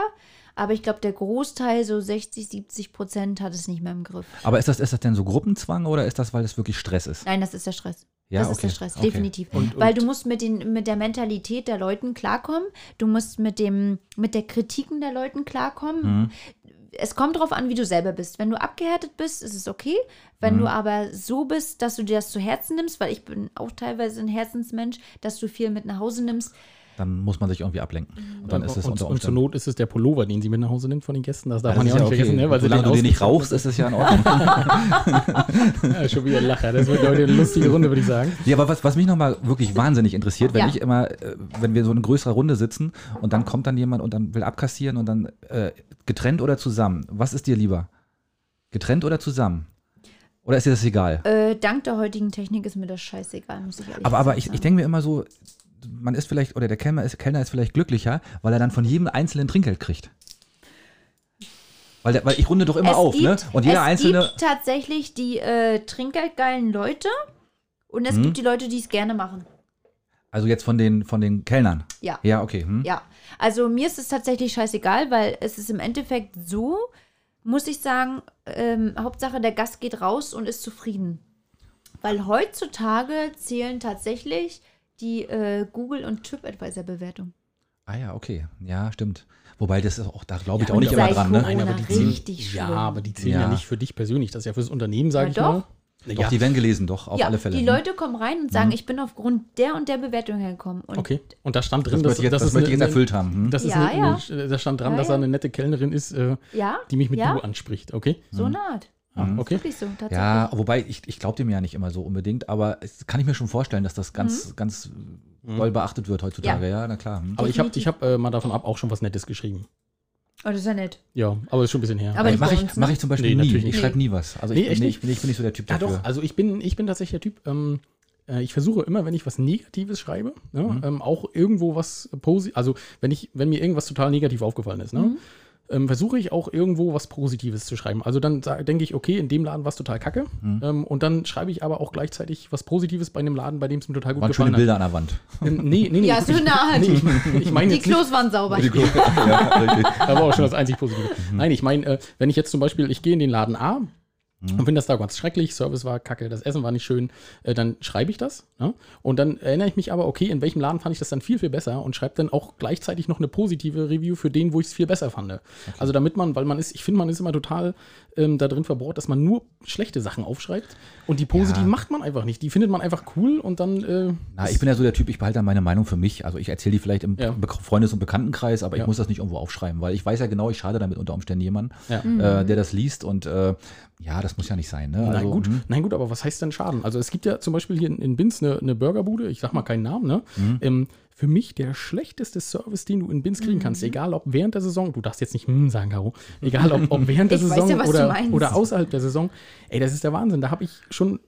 Speaker 3: Aber ich glaube, der Großteil, so 60, 70 Prozent, hat es nicht mehr im Griff.
Speaker 2: Aber ist das, ist das denn so Gruppenzwang oder ist das, weil es wirklich Stress ist?
Speaker 3: Nein, das ist der Stress.
Speaker 2: Ja,
Speaker 3: das ist der
Speaker 2: okay,
Speaker 3: Stress,
Speaker 2: okay.
Speaker 3: definitiv.
Speaker 1: Und- und-
Speaker 3: Weil du musst mit, den, mit der Mentalität der Leuten klarkommen. Du musst mit, dem, mit der Kritiken der Leuten klarkommen.
Speaker 2: Mhm.
Speaker 3: Es kommt darauf an, wie du selber bist. Wenn du abgehärtet bist, ist es okay. Wenn
Speaker 2: Mhm.
Speaker 3: du aber so bist, dass du dir das zu Herzen nimmst, weil ich bin auch teilweise ein Herzensmensch, dass du viel mit nach Hause nimmst,
Speaker 2: Dann muss man sich irgendwie
Speaker 3: Mhm.
Speaker 2: ablenken. Und dann ist es
Speaker 1: und,
Speaker 2: unter
Speaker 1: und zur
Speaker 2: Umständen.
Speaker 1: Not ist es der Pullover, den sie mit nach Hause nimmt von den Gästen. Das darf
Speaker 2: das
Speaker 1: man ja auch
Speaker 2: ist
Speaker 1: nicht vergessen, ne? Weil sie
Speaker 2: Solange du den nicht
Speaker 1: ausgezogen-
Speaker 2: rauchst, ist es ja in Ordnung.
Speaker 1: Ja, schon wieder ein Lacher. Das wird heute eine lustige Runde, würde ich sagen.
Speaker 2: Ja, aber was, was mich nochmal wirklich wahnsinnig interessiert, wenn
Speaker 3: Ja.
Speaker 2: ich immer, äh, wenn wir so in größerer Runde sitzen und dann kommt dann jemand und dann will abkassieren und dann äh, getrennt oder zusammen. Was ist dir lieber? Getrennt oder zusammen? Oder ist dir das egal?
Speaker 3: Äh, dank der heutigen Technik ist mir das scheißegal, muss ich ehrlich
Speaker 2: aber aber
Speaker 3: gesagt
Speaker 2: ich, ich
Speaker 3: sagen.
Speaker 2: denke mir immer so, man ist vielleicht, oder der Kellner ist, Kellner ist vielleicht glücklicher, weil er dann von jedem einzelnen Trinkgeld kriegt. Weil, der, weil ich runde doch immer
Speaker 3: es
Speaker 2: auf,
Speaker 3: gibt,
Speaker 2: ne? Und jeder
Speaker 3: es
Speaker 2: einzelne.
Speaker 3: gibt tatsächlich die äh, trinkgeldgeilen Leute und
Speaker 2: Mhm.
Speaker 3: es gibt die Leute, die es gerne machen.
Speaker 2: Also jetzt von den, von den Kellnern.
Speaker 3: Ja.
Speaker 2: Ja, okay. Hm?
Speaker 3: Ja, also mir ist es tatsächlich scheißegal, weil es ist im Endeffekt so, muss ich sagen, ähm, Hauptsache der Gast geht raus und ist zufrieden. Weil heutzutage zählen tatsächlich die äh, Google- und TripAdvisor-Bewertung.
Speaker 2: Ah ja, okay. Ja, stimmt. Wobei das ist auch, da glaube ich
Speaker 1: Ja,
Speaker 2: auch nicht
Speaker 1: und
Speaker 2: immer
Speaker 3: seit
Speaker 2: dran, ne?
Speaker 3: Corona richtig
Speaker 1: ja,
Speaker 3: schlimm.
Speaker 1: aber die zählen ja.
Speaker 2: Ja.
Speaker 1: nicht für dich persönlich. Das ist ja fürs Unternehmen, sage
Speaker 3: Na
Speaker 1: ich
Speaker 3: doch.
Speaker 1: mal.
Speaker 2: Doch, die werden gelesen, doch, auf
Speaker 3: ja,
Speaker 2: alle Fälle.
Speaker 3: die
Speaker 2: ne?
Speaker 3: Leute kommen rein und sagen, ich bin aufgrund der und der Bewertung hergekommen. Und
Speaker 1: Okay. Und da stand drin,
Speaker 2: das möchte ich jetzt, das
Speaker 1: ist
Speaker 2: möchte ich jetzt
Speaker 1: eine-
Speaker 2: erfüllt haben. Hm?
Speaker 1: Das ist
Speaker 3: Ja,
Speaker 1: eine, eine, da stand dran,
Speaker 3: Ja,
Speaker 1: dass er
Speaker 3: ja.
Speaker 1: eine nette Kellnerin ist, äh,
Speaker 3: Ja,
Speaker 1: die mich mit
Speaker 3: ja,
Speaker 1: Du anspricht, okay?
Speaker 3: so eine Art.
Speaker 1: Ah, okay.
Speaker 3: Wirklich so, tatsächlich.
Speaker 2: Ja, wobei ich, ich glaube dem ja nicht immer so unbedingt, aber es kann ich mir schon vorstellen, dass das ganz, ganz
Speaker 1: Mhm.
Speaker 2: doll beachtet wird heutzutage. Ja, na klar. Hm.
Speaker 1: Aber ich habe ich hab, äh, mal davon ab auch schon was Nettes geschrieben.
Speaker 3: Oh, das ist ja nett.
Speaker 1: Ja, aber ist schon ein bisschen her.
Speaker 3: Aber nicht
Speaker 2: Mache
Speaker 3: bei
Speaker 2: ich,
Speaker 3: uns,
Speaker 2: mach
Speaker 3: ne?
Speaker 2: ich zum Beispiel
Speaker 1: Nee,
Speaker 2: nie.
Speaker 1: natürlich
Speaker 2: Ich
Speaker 1: nicht.
Speaker 2: schreibe nie was. Also ich,
Speaker 1: Nee,
Speaker 2: bin
Speaker 1: echt
Speaker 2: nee,
Speaker 1: nicht?
Speaker 2: ich, bin, ich bin nicht so der Typ
Speaker 1: Ja,
Speaker 2: dafür.
Speaker 1: doch. Also ich bin, ich bin tatsächlich der Typ, ähm, äh, ich versuche immer, wenn ich was Negatives schreibe, ne,
Speaker 2: Mhm.
Speaker 1: ähm, auch irgendwo was Positives, also wenn, ich, wenn mir irgendwas total negativ aufgefallen ist, ne,
Speaker 3: Mhm.
Speaker 1: ähm, versuche ich auch irgendwo was Positives zu schreiben. Also dann sa- denke ich, okay, in dem Laden war es total kacke.
Speaker 2: Mhm.
Speaker 1: Ähm, und dann schreibe ich aber auch gleichzeitig was Positives bei einem Laden, bei dem es mir total gut
Speaker 2: Waren schöne
Speaker 1: gefallen hat.
Speaker 2: Bilder an der Wand.
Speaker 1: Ähm, nee, nee, nee.
Speaker 3: Ja,
Speaker 1: ich,
Speaker 3: schöne Art.
Speaker 1: nee, ich, ich meine
Speaker 3: Die
Speaker 1: jetzt nicht,
Speaker 3: Klos waren sauber.
Speaker 2: Die Glo- ja, richtig.
Speaker 1: aber auch schon das einzig Positive. Nein, ich meine, äh, wenn ich jetzt zum Beispiel, ich gehe in den Laden A und finde das da ganz schrecklich, Service war kacke, das Essen war nicht schön, äh, dann schreibe ich das. Ne? Und dann erinnere ich mich aber, okay, in welchem Laden fand ich das dann viel, viel besser und schreibe dann auch gleichzeitig noch eine positive Review für den, wo ich es viel besser fand. Also damit man, weil man ist, ich finde, man ist immer total ähm, da drin verbohrt, dass man nur schlechte Sachen aufschreibt und die positiven
Speaker 2: Ja.
Speaker 1: macht man einfach nicht. Die findet man einfach cool und dann äh,
Speaker 2: Na, ich bin ja so der Typ, ich behalte dann meine Meinung für mich. Also ich erzähle die vielleicht im
Speaker 1: Ja.
Speaker 2: Be- Freundes- und Bekanntenkreis, aber ich
Speaker 1: Ja.
Speaker 2: muss das nicht irgendwo aufschreiben, weil ich weiß ja genau, ich schade damit unter Umständen jemanden,
Speaker 1: Ja.
Speaker 3: Mhm.
Speaker 2: äh, der das liest und äh, ja, das muss ja nicht sein. Ne?
Speaker 1: Nein,
Speaker 2: Also,
Speaker 1: gut.
Speaker 2: hm,
Speaker 1: Nein, gut, aber was heißt denn Schaden? Also es gibt ja zum Beispiel hier in, in Binz eine, eine Burgerbude, ich sag mal keinen Namen, ne?
Speaker 2: Hm.
Speaker 1: Ähm, für mich der schlechteste Service, den du in Binz kriegen kannst,
Speaker 2: Mhm.
Speaker 1: egal ob während der Saison, du darfst jetzt nicht hm sagen, Caro, egal ob, ob während der
Speaker 3: Ich weiß
Speaker 1: Saison
Speaker 3: ja, was du
Speaker 1: oder,
Speaker 3: meinst.
Speaker 1: oder außerhalb der Saison, ey, das ist der Wahnsinn. Da habe ich schon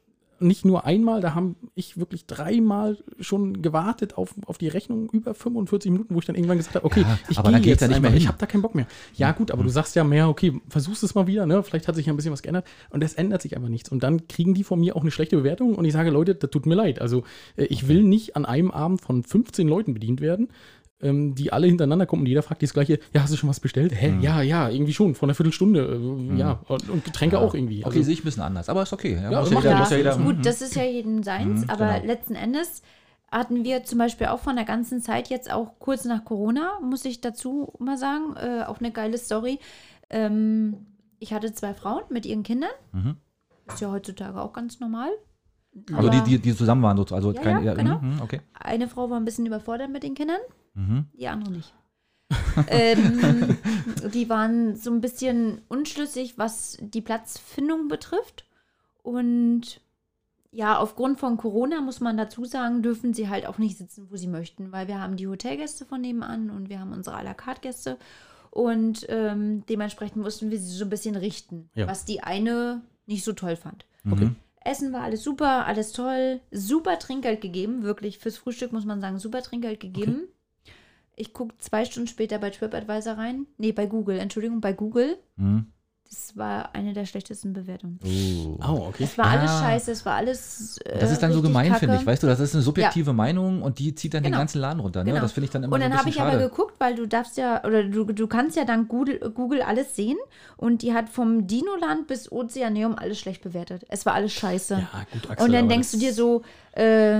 Speaker 1: nicht nur einmal, da haben ich wirklich dreimal schon gewartet auf, auf die Rechnung über 45 Minuten, wo ich dann irgendwann gesagt habe, okay,
Speaker 2: Ja,
Speaker 1: ich
Speaker 2: aber
Speaker 1: gehe
Speaker 2: dann geh ich
Speaker 1: jetzt
Speaker 2: da nicht mehr
Speaker 1: einfach. Ich
Speaker 2: hin.
Speaker 1: habe da keinen Bock mehr. Ja gut, aber du sagst ja mehr, okay, versuchst es mal wieder, ne? vielleicht hat sich ja ein bisschen was geändert und es ändert sich einfach nichts. Und dann kriegen die von mir auch eine schlechte Bewertung und ich sage, Leute, das tut mir leid. Also äh, ich will nicht an einem Abend von 15 Leuten bedient werden, ähm, die alle hintereinander kommen und jeder fragt das gleiche, ja, hast du schon was bestellt? Hä? Ja, ja, irgendwie schon, vor einer Viertelstunde. Äh, Ja, und, und Getränke auch irgendwie. Also,
Speaker 2: okay, sehe ich ein bisschen anders, aber ist okay. Ja, muss
Speaker 1: macht
Speaker 2: jeder-
Speaker 1: ja
Speaker 3: Ja,
Speaker 2: muss jeder-
Speaker 3: ist gut, das ist ja jedem seins, aber letzten Endes hatten wir zum Beispiel auch von der ganzen Zeit jetzt auch kurz nach Corona, muss ich dazu mal sagen, äh, auch eine geile Story. Ähm, ich hatte zwei Frauen mit ihren Kindern. Ist ja heutzutage auch ganz normal.
Speaker 2: Also die,
Speaker 3: Aber-
Speaker 2: die, die zusammen waren sozusagen. Also
Speaker 3: Ja,
Speaker 2: keine-
Speaker 3: ja,
Speaker 2: mhm,
Speaker 3: genau.
Speaker 2: mhm, okay. Mhm,
Speaker 3: Eine Frau war ein bisschen überfordert mit den Kindern, die andere nicht. ähm, die waren so ein bisschen unschlüssig, was die Platzfindung betrifft. Und ja, aufgrund von Corona muss man dazu sagen, dürfen sie halt auch nicht sitzen, wo sie möchten, weil wir haben die Hotelgäste von nebenan und wir haben unsere à la carte Gäste. Und ähm, dementsprechend mussten wir sie so ein bisschen richten,
Speaker 1: Ja.
Speaker 3: was die eine nicht so toll fand.
Speaker 1: Okay.
Speaker 3: Essen war alles super, alles toll. Super Trinkgeld gegeben, wirklich. Fürs Frühstück muss man sagen, super Trinkgeld gegeben. Ich gucke zwei Stunden später bei TripAdvisor rein. Nee, bei Google, Entschuldigung, bei Google.
Speaker 2: Mhm.
Speaker 3: Das war eine der schlechtesten Bewertungen.
Speaker 2: Oh.
Speaker 1: Oh, okay.
Speaker 3: Es war alles
Speaker 2: Ah.
Speaker 3: scheiße, es war alles. Äh,
Speaker 2: Das ist dann so
Speaker 3: richtig
Speaker 2: gemein,
Speaker 3: kacke.
Speaker 2: finde ich. Weißt du, das ist eine subjektive Meinung und die zieht dann den
Speaker 3: Genau.
Speaker 2: ganzen Laden runter. Ne?
Speaker 3: Genau.
Speaker 2: Das finde ich dann immer
Speaker 3: und dann
Speaker 2: so ein
Speaker 3: habe ich
Speaker 2: bisschen
Speaker 3: aber
Speaker 2: schade.
Speaker 3: geguckt, weil du darfst ja, oder du, du kannst ja dank Google, Google alles sehen und die hat vom Dinoland bis Ozeaneum alles schlecht bewertet. Es war alles scheiße.
Speaker 1: Ja, gut, Axel,
Speaker 3: und dann
Speaker 1: aber
Speaker 3: denkst
Speaker 1: das-
Speaker 3: du dir so, äh,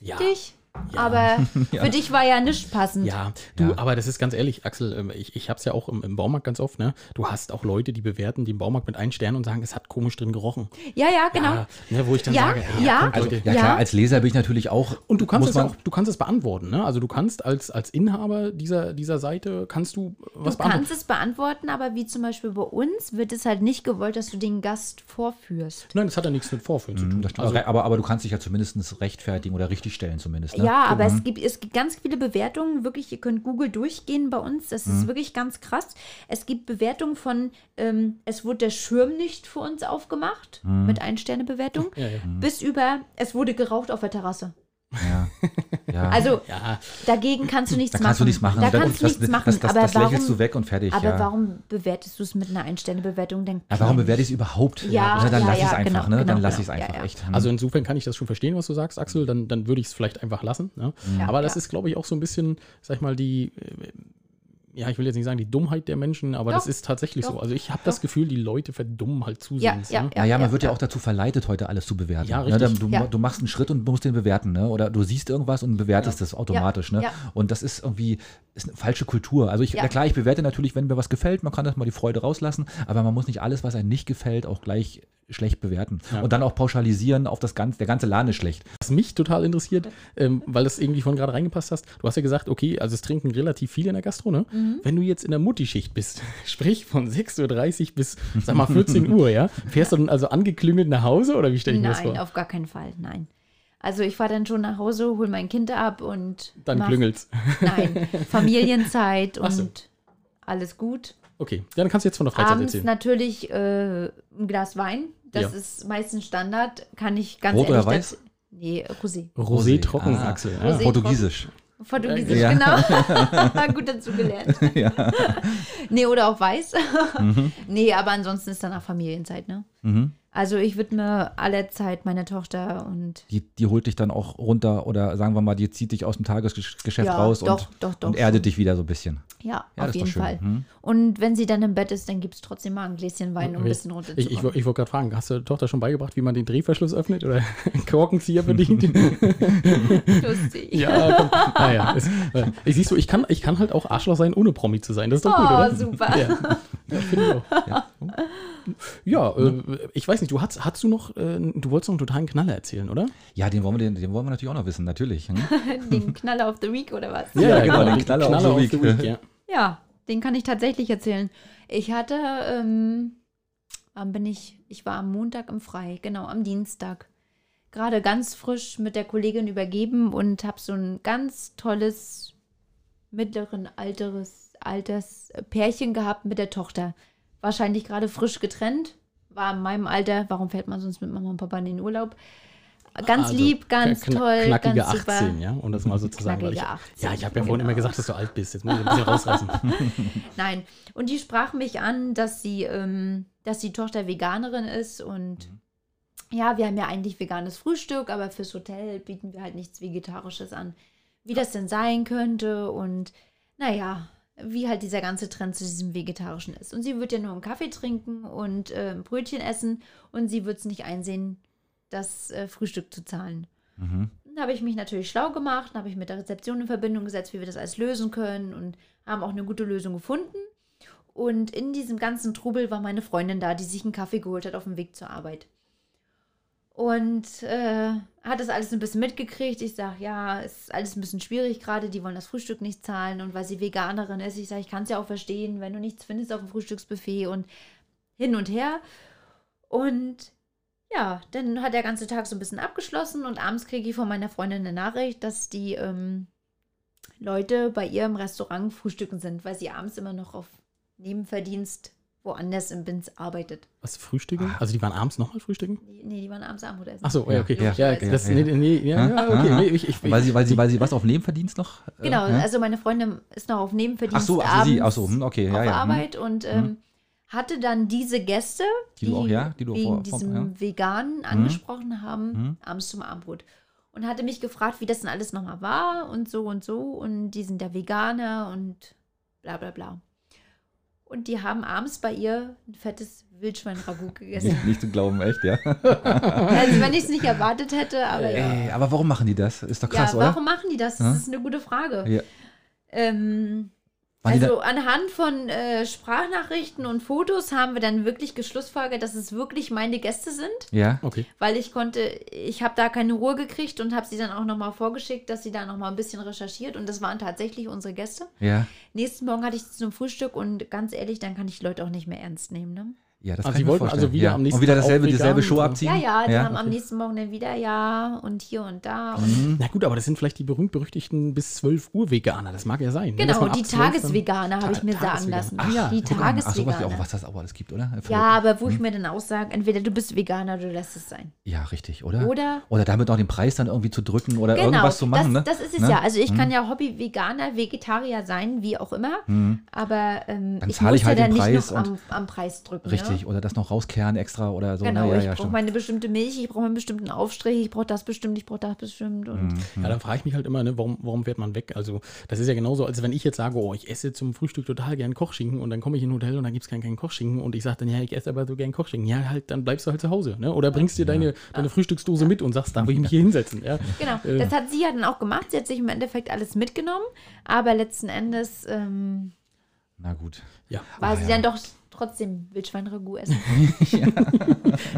Speaker 1: ja.
Speaker 3: dich. Aber für dich war ja nicht passend.
Speaker 1: Ja, du,
Speaker 2: Ja.
Speaker 1: aber das ist ganz ehrlich, Axel, ähm, ich, ich habe es ja auch im, im Baumarkt ganz oft, ne? Du hast auch Leute, die bewerten den Baumarkt mit einem Stern und sagen, es hat komisch drin gerochen.
Speaker 3: ja, ja, genau.
Speaker 1: Ja, ne, wo ich dann
Speaker 3: Ja,
Speaker 1: sage, ey,
Speaker 3: ja.
Speaker 1: kommt,
Speaker 2: Also,
Speaker 1: Leute.
Speaker 2: ja,
Speaker 3: Ja.
Speaker 2: klar, als Leser bin ich natürlich auch.
Speaker 1: Und du kannst
Speaker 2: muss
Speaker 1: es ja
Speaker 2: man-
Speaker 1: auch, du kannst es beantworten, ne? Also du kannst als, als Inhaber dieser, dieser Seite kannst du äh, was
Speaker 3: du
Speaker 1: beantworten.
Speaker 3: kannst es beantworten, aber wie zum Beispiel bei uns wird es halt nicht gewollt, dass du den Gast vorführst.
Speaker 1: Nein, Mhm, das hat ja nichts mit Vorführen
Speaker 3: Mhm.
Speaker 1: zu tun. Also,
Speaker 2: Das
Speaker 3: Also
Speaker 2: stimmt. aber, aber du kannst dich ja zumindest rechtfertigen oder richtigstellen zumindest. Ne?
Speaker 3: Ja, aber es gibt, es gibt ganz viele Bewertungen. Wirklich, ihr könnt Google durchgehen bei uns. Das
Speaker 2: Mhm.
Speaker 3: ist wirklich ganz krass. Es gibt Bewertungen von, ähm, es wurde der Schirm nicht für uns aufgemacht,
Speaker 2: Mhm.
Speaker 3: mit Ein-Sterne-Bewertung,
Speaker 1: Ja, ja.
Speaker 3: bis über, es wurde geraucht auf der Terrasse.
Speaker 2: Ja. Ah, Ja.
Speaker 3: Also
Speaker 1: Ja,
Speaker 3: dagegen kannst du nichts
Speaker 2: da
Speaker 3: machen.
Speaker 2: kannst du nichts machen.
Speaker 3: Da
Speaker 2: Das-
Speaker 3: kannst
Speaker 2: das,
Speaker 3: du nichts
Speaker 2: das,
Speaker 3: machen.
Speaker 2: Das, das,
Speaker 3: aber
Speaker 2: das
Speaker 3: warum,
Speaker 2: lächelst du weg und fertig.
Speaker 3: Aber
Speaker 2: ja.
Speaker 3: warum bewertest du es mit einer Einsterne-Bewertung denn?
Speaker 2: Ja, warum bewerte ich es überhaupt?
Speaker 3: Ja,
Speaker 2: Na, dann
Speaker 3: ja,
Speaker 2: lass ich es
Speaker 3: ja,
Speaker 2: einfach.
Speaker 3: genau,
Speaker 2: ne? Dann
Speaker 3: genau,
Speaker 2: lass ich es
Speaker 3: genau.
Speaker 2: einfach.
Speaker 3: Ja, ja.
Speaker 2: Echt. Hm.
Speaker 1: Also insofern kann ich das schon verstehen, was du sagst, Axel. Dann, dann würde ich es vielleicht einfach lassen. Ne?
Speaker 3: Ja,
Speaker 1: aber das
Speaker 3: ja.
Speaker 1: ist, glaube ich, auch so ein bisschen, sag ich mal, die, äh, ja, ich will jetzt nicht sagen, die Dummheit der Menschen, aber
Speaker 3: Doch,
Speaker 1: das ist tatsächlich so.
Speaker 3: doch,
Speaker 1: Also ich habe das Gefühl, die Leute verdummen halt zusehends. ne?
Speaker 2: Ja, ja, man wird ja auch dazu verleitet, heute alles zu bewerten.
Speaker 1: Ja,
Speaker 2: Ne,
Speaker 1: richtig.
Speaker 2: dann, du,
Speaker 3: Ja.
Speaker 2: du machst einen Schritt und musst den bewerten, ne? Oder du siehst irgendwas und bewertest das automatisch,
Speaker 3: Genau. Ja,
Speaker 2: ne?
Speaker 3: ja.
Speaker 2: Und das ist irgendwie ist eine falsche Kultur. Also ich,
Speaker 3: Ja.
Speaker 2: na klar, ich bewerte natürlich, wenn mir was gefällt, man kann das mal die Freude rauslassen, aber man muss nicht alles, was einem nicht gefällt, auch gleich schlecht bewerten.
Speaker 1: Ja.
Speaker 2: Und dann auch pauschalisieren auf das ganze, der ganze Laden ist schlecht.
Speaker 1: Was mich total interessiert, ähm, weil das irgendwie von gerade reingepasst hast, du hast ja gesagt, okay, also es trinken relativ viele in der Gastro, ne?
Speaker 3: Mhm.
Speaker 1: Wenn du jetzt in der Mutti-Schicht bist, sprich von 6.30 Uhr bis, sag mal, 14 Uhr, ja? Fährst du dann also angeklüngelt nach Hause oder wie stelle ich mir das
Speaker 3: Nein,
Speaker 1: vor?
Speaker 3: auf gar keinen Fall, nein. Also ich fahre dann schon nach Hause, hole mein Kind ab und
Speaker 1: Dann
Speaker 3: mach-
Speaker 1: klüngelt's.
Speaker 3: Nein, Familienzeit
Speaker 1: Ach so.
Speaker 3: und alles gut.
Speaker 1: Okay, ja, dann kannst du jetzt von der Freizeit
Speaker 3: Abends
Speaker 1: erzählen.
Speaker 3: natürlich äh, ein Glas Wein. Das
Speaker 1: Ja.
Speaker 3: ist meistens Standard. Kann ich ganz
Speaker 2: Rot oder
Speaker 3: ehrlich...
Speaker 2: weiß?
Speaker 3: das- Nee, Rosé.
Speaker 1: Rosé
Speaker 2: Ah,
Speaker 1: Trockensachse. ja.
Speaker 3: Rosé.
Speaker 2: Portugiesisch.
Speaker 1: Äh,
Speaker 3: Portugiesisch,
Speaker 2: Ja.
Speaker 3: genau. Gut dazu gelernt.
Speaker 2: ja.
Speaker 3: Nee, oder auch weiß.
Speaker 1: Mhm.
Speaker 3: Nee, aber ansonsten ist danach Familienzeit, ne?
Speaker 2: mhm.
Speaker 3: Also ich widme alle Zeit meiner Tochter und
Speaker 2: die, die holt dich dann auch runter oder sagen wir mal, die zieht dich aus dem Tagesgeschäft
Speaker 3: Ja,
Speaker 2: raus
Speaker 3: doch,
Speaker 2: und,
Speaker 3: doch, doch,
Speaker 2: und erdet
Speaker 3: schon.
Speaker 2: dich wieder so ein bisschen.
Speaker 3: ja,
Speaker 2: Ja,
Speaker 3: auf
Speaker 2: das ist doch
Speaker 3: jeden
Speaker 2: schön.
Speaker 3: Fall.
Speaker 2: Mhm.
Speaker 3: Und wenn sie dann im Bett ist, dann gibt es trotzdem mal ein Gläschen Wein, um ein
Speaker 1: Okay.
Speaker 3: bisschen
Speaker 1: Ich, ich,
Speaker 3: runterzukommen.
Speaker 1: woll- ich wollte gerade fragen, hast du der Tochter schon beigebracht, wie man den Drehverschluss öffnet oder einen Korkenzieher bedient?
Speaker 3: Lustig.
Speaker 1: ja, komm. naja. Es, äh, ich- siehst du, ich kann, ich kann halt auch Arschloch sein, ohne Promi zu sein. Das ist doch gut, oder?
Speaker 3: Oh, super.
Speaker 1: Ja, ja finde ich auch. Ja,
Speaker 2: Ne?
Speaker 1: äh, ich weiß nicht, du hast, hast du noch, äh, du wolltest noch einen totalen Knaller erzählen, oder?
Speaker 2: Ja, den wollen, wir, den, den wollen wir natürlich auch noch wissen, natürlich. Hm?
Speaker 3: Den Knaller of the Week oder was?
Speaker 2: Ja, genau, den Knaller of the
Speaker 1: auf
Speaker 2: Week.
Speaker 1: ja.
Speaker 3: Ja, den kann ich tatsächlich erzählen. Ich hatte, ähm, wann bin ich? Ich war am Montag im Frei, genau, am Dienstag. Gerade ganz frisch mit der Kollegin übergeben und habe so ein ganz tolles, mittleren Alteres, Alters äh, Pärchen gehabt mit der Tochter. Wahrscheinlich gerade frisch getrennt. War in meinem Alter, warum fährt man sonst mit Mama und Papa in den Urlaub? Ganz
Speaker 1: Also,
Speaker 3: lieb, ganz
Speaker 1: kna-
Speaker 3: toll,
Speaker 1: Knackige
Speaker 3: ganz super.
Speaker 1: 18, ja, um das mal so zu sagen. Weil ich,
Speaker 3: Knackige 18,
Speaker 1: ja, ich habe ja vorhin
Speaker 3: genau.
Speaker 1: immer gesagt, dass du alt bist. Jetzt muss ich ein bisschen rausreißen.
Speaker 3: Nein. Und die sprach mich an, dass sie, ähm, dass die Tochter Veganerin ist und ja, wir haben ja eigentlich veganes Frühstück, aber fürs Hotel bieten wir halt nichts Vegetarisches an. Wie das denn sein könnte und naja, wie halt dieser ganze Trend zu diesem Vegetarischen ist. Und sie wird ja nur einen Kaffee trinken und äh, ein Brötchen essen und sie wird es nicht einsehen, das äh, Frühstück zu zahlen.
Speaker 2: Mhm.
Speaker 3: Dann habe ich mich natürlich schlau gemacht, dann habe ich mit der Rezeption in Verbindung gesetzt, wie wir das alles lösen können und haben auch eine gute Lösung gefunden. Und in diesem ganzen Trubel war meine Freundin da, die sich einen Kaffee geholt hat auf dem Weg zur Arbeit. Und äh, hat das alles ein bisschen mitgekriegt. Ich sage, ja, es ist alles ein bisschen schwierig gerade, die wollen das Frühstück nicht zahlen. Und weil sie Veganerin ist, ich sage, ich kann es ja auch verstehen, wenn du nichts findest auf dem Frühstücksbuffet und hin und her. Und ja, dann hat der ganze Tag so ein bisschen abgeschlossen und abends kriege ich von meiner Freundin eine Nachricht, dass die ähm, Leute bei ihr im Restaurant frühstücken sind, weil sie abends immer noch auf Nebenverdienst woanders im Binz arbeitet.
Speaker 1: Was, frühstücken? Also die waren abends nochmal frühstücken?
Speaker 3: Die, nee, die waren abends Abendessen.
Speaker 1: Ach so, ja, okay.
Speaker 2: Ah. Ja,
Speaker 1: Ja,
Speaker 2: ja,
Speaker 1: das,
Speaker 2: ja.
Speaker 1: nee, nee, ja, ja okay. Nee, ich, ich,
Speaker 2: weil, sie, weil, sie, weil sie was auf Nebenverdienst noch? äh,
Speaker 3: Genau,
Speaker 2: ja?
Speaker 3: also meine Freundin ist noch auf Nebenverdienst
Speaker 2: Ach so, also sie, ach
Speaker 3: abends
Speaker 2: so, hm, okay,
Speaker 3: auf
Speaker 2: ja, ja. hm.
Speaker 3: Arbeit und ähm, hatte dann diese Gäste,
Speaker 2: Die du auch- ja, die du auch
Speaker 3: wegen
Speaker 2: vor- vor-
Speaker 3: diesem
Speaker 2: ja. Mhm.
Speaker 3: Veganen angesprochen haben, abends zum Abendbrot. Und hatte mich gefragt, wie das denn alles nochmal war und so und so und die sind ja Veganer und bla bla bla. Und die haben abends bei ihr ein fettes Wildschwein-Ragout gegessen.
Speaker 2: Nicht, nicht zu glauben, echt, ja.
Speaker 3: also wenn ich es nicht erwartet hätte, aber ja.
Speaker 2: Ey, aber warum machen die das? Ist doch krass,
Speaker 3: ja,
Speaker 2: oder?
Speaker 3: warum machen die das? Das
Speaker 2: Ja.
Speaker 3: ist eine gute Frage.
Speaker 2: Ja.
Speaker 3: Ähm,
Speaker 2: Waren die
Speaker 3: also anhand von äh, Sprachnachrichten und Fotos haben wir dann wirklich geschlussfolgert, dass es wirklich meine Gäste sind,
Speaker 2: Ja.
Speaker 1: okay.
Speaker 3: weil ich konnte, ich habe da keine Ruhe gekriegt und habe sie dann auch nochmal vorgeschickt, dass sie da nochmal ein bisschen recherchiert und das waren tatsächlich unsere Gäste.
Speaker 2: Ja.
Speaker 3: Nächsten Morgen hatte ich sie zum Frühstück und ganz ehrlich, dann kann ich die Leute auch nicht mehr ernst nehmen. Ne?
Speaker 2: Ja, das
Speaker 1: Also
Speaker 2: kann
Speaker 1: die
Speaker 2: ich mir
Speaker 1: wollten
Speaker 2: vorstellen.
Speaker 1: also wieder
Speaker 2: ja.
Speaker 1: am nächsten
Speaker 2: Und wieder
Speaker 1: Tag
Speaker 2: dasselbe,
Speaker 1: auch
Speaker 2: dieselbe
Speaker 1: vegan
Speaker 2: Show
Speaker 1: und so.
Speaker 2: abziehen? Mhm.
Speaker 3: Ja, ja, die haben am
Speaker 2: okay.
Speaker 3: nächsten Morgen dann wieder ja und hier und da. Und
Speaker 1: Na gut, aber das sind vielleicht die berühmt-berüchtigten bis 12 Uhr Veganer. Das mag ja sein. ne, dass
Speaker 3: Genau,
Speaker 1: man ab
Speaker 3: die
Speaker 1: 12 dann-
Speaker 3: Tagesveganer habe ich mir sagen
Speaker 1: Tagesveganer.
Speaker 3: lassen.
Speaker 1: Ach ja,
Speaker 3: die
Speaker 2: Guck an, Ach, sowas wie auch,
Speaker 3: Tagesveganer.
Speaker 2: was Hm? das auch alles gibt, oder? Für-
Speaker 3: Ja, aber wo ich mir dann auch sage, entweder du bist Veganer oder du lässt es sein.
Speaker 2: Ja, richtig, oder?
Speaker 3: Oder- Genau,
Speaker 2: Oder damit auch den Preis dann irgendwie zu drücken oder irgendwas zu machen,
Speaker 3: das,
Speaker 2: ne?
Speaker 3: das ist es
Speaker 2: Ne?
Speaker 3: ja. Also ich kann ja Hobby-Veganer, Vegetarier sein, wie auch immer, aber ähm,
Speaker 2: Mhm. Dann
Speaker 3: ich
Speaker 2: zahle
Speaker 3: muss
Speaker 2: ich halt
Speaker 3: ja
Speaker 2: den
Speaker 3: dann
Speaker 2: Preis
Speaker 3: nicht noch am, am Preis drücken.
Speaker 2: Richtig,
Speaker 3: Ne?
Speaker 2: oder das noch rauskehren extra oder so.
Speaker 3: Genau,
Speaker 2: ne? ja,
Speaker 3: ich
Speaker 2: ja,
Speaker 3: brauche
Speaker 2: stimmt.
Speaker 3: meine bestimmte Milch, ich brauche meinen bestimmten Aufstrich, ich brauche das bestimmt, ich brauche das bestimmt. Und
Speaker 2: Mhm.
Speaker 1: Ja, dann frage ich mich halt immer, ne, warum, warum fährt man weg? Also, das ist ja genauso, als wenn ich jetzt sage, oh, ich esse zum Frühstück total gern Kochschinken und dann komme ich in ein Hotel und dann gibt es keinen, keinen Kochschinken und ich sage dann, ja, ich esse aber so gern Kochschinken. Ja, halt, dann bleibst du halt zu Hause. Ne? Oder bringst dir deine, deine Frühstücksdose mit und sagst, darf ich mich hier hinsetzen? Ja.
Speaker 3: Genau,
Speaker 1: Äh.
Speaker 3: das hat sie ja dann auch gemacht. Sie hat sich im Endeffekt alles mitgenommen, aber letzten Endes ähm,
Speaker 2: Na gut.
Speaker 1: ja.
Speaker 3: war
Speaker 2: Ah,
Speaker 3: sie
Speaker 2: ja.
Speaker 3: dann doch trotzdem Wildschwein-Ragout essen.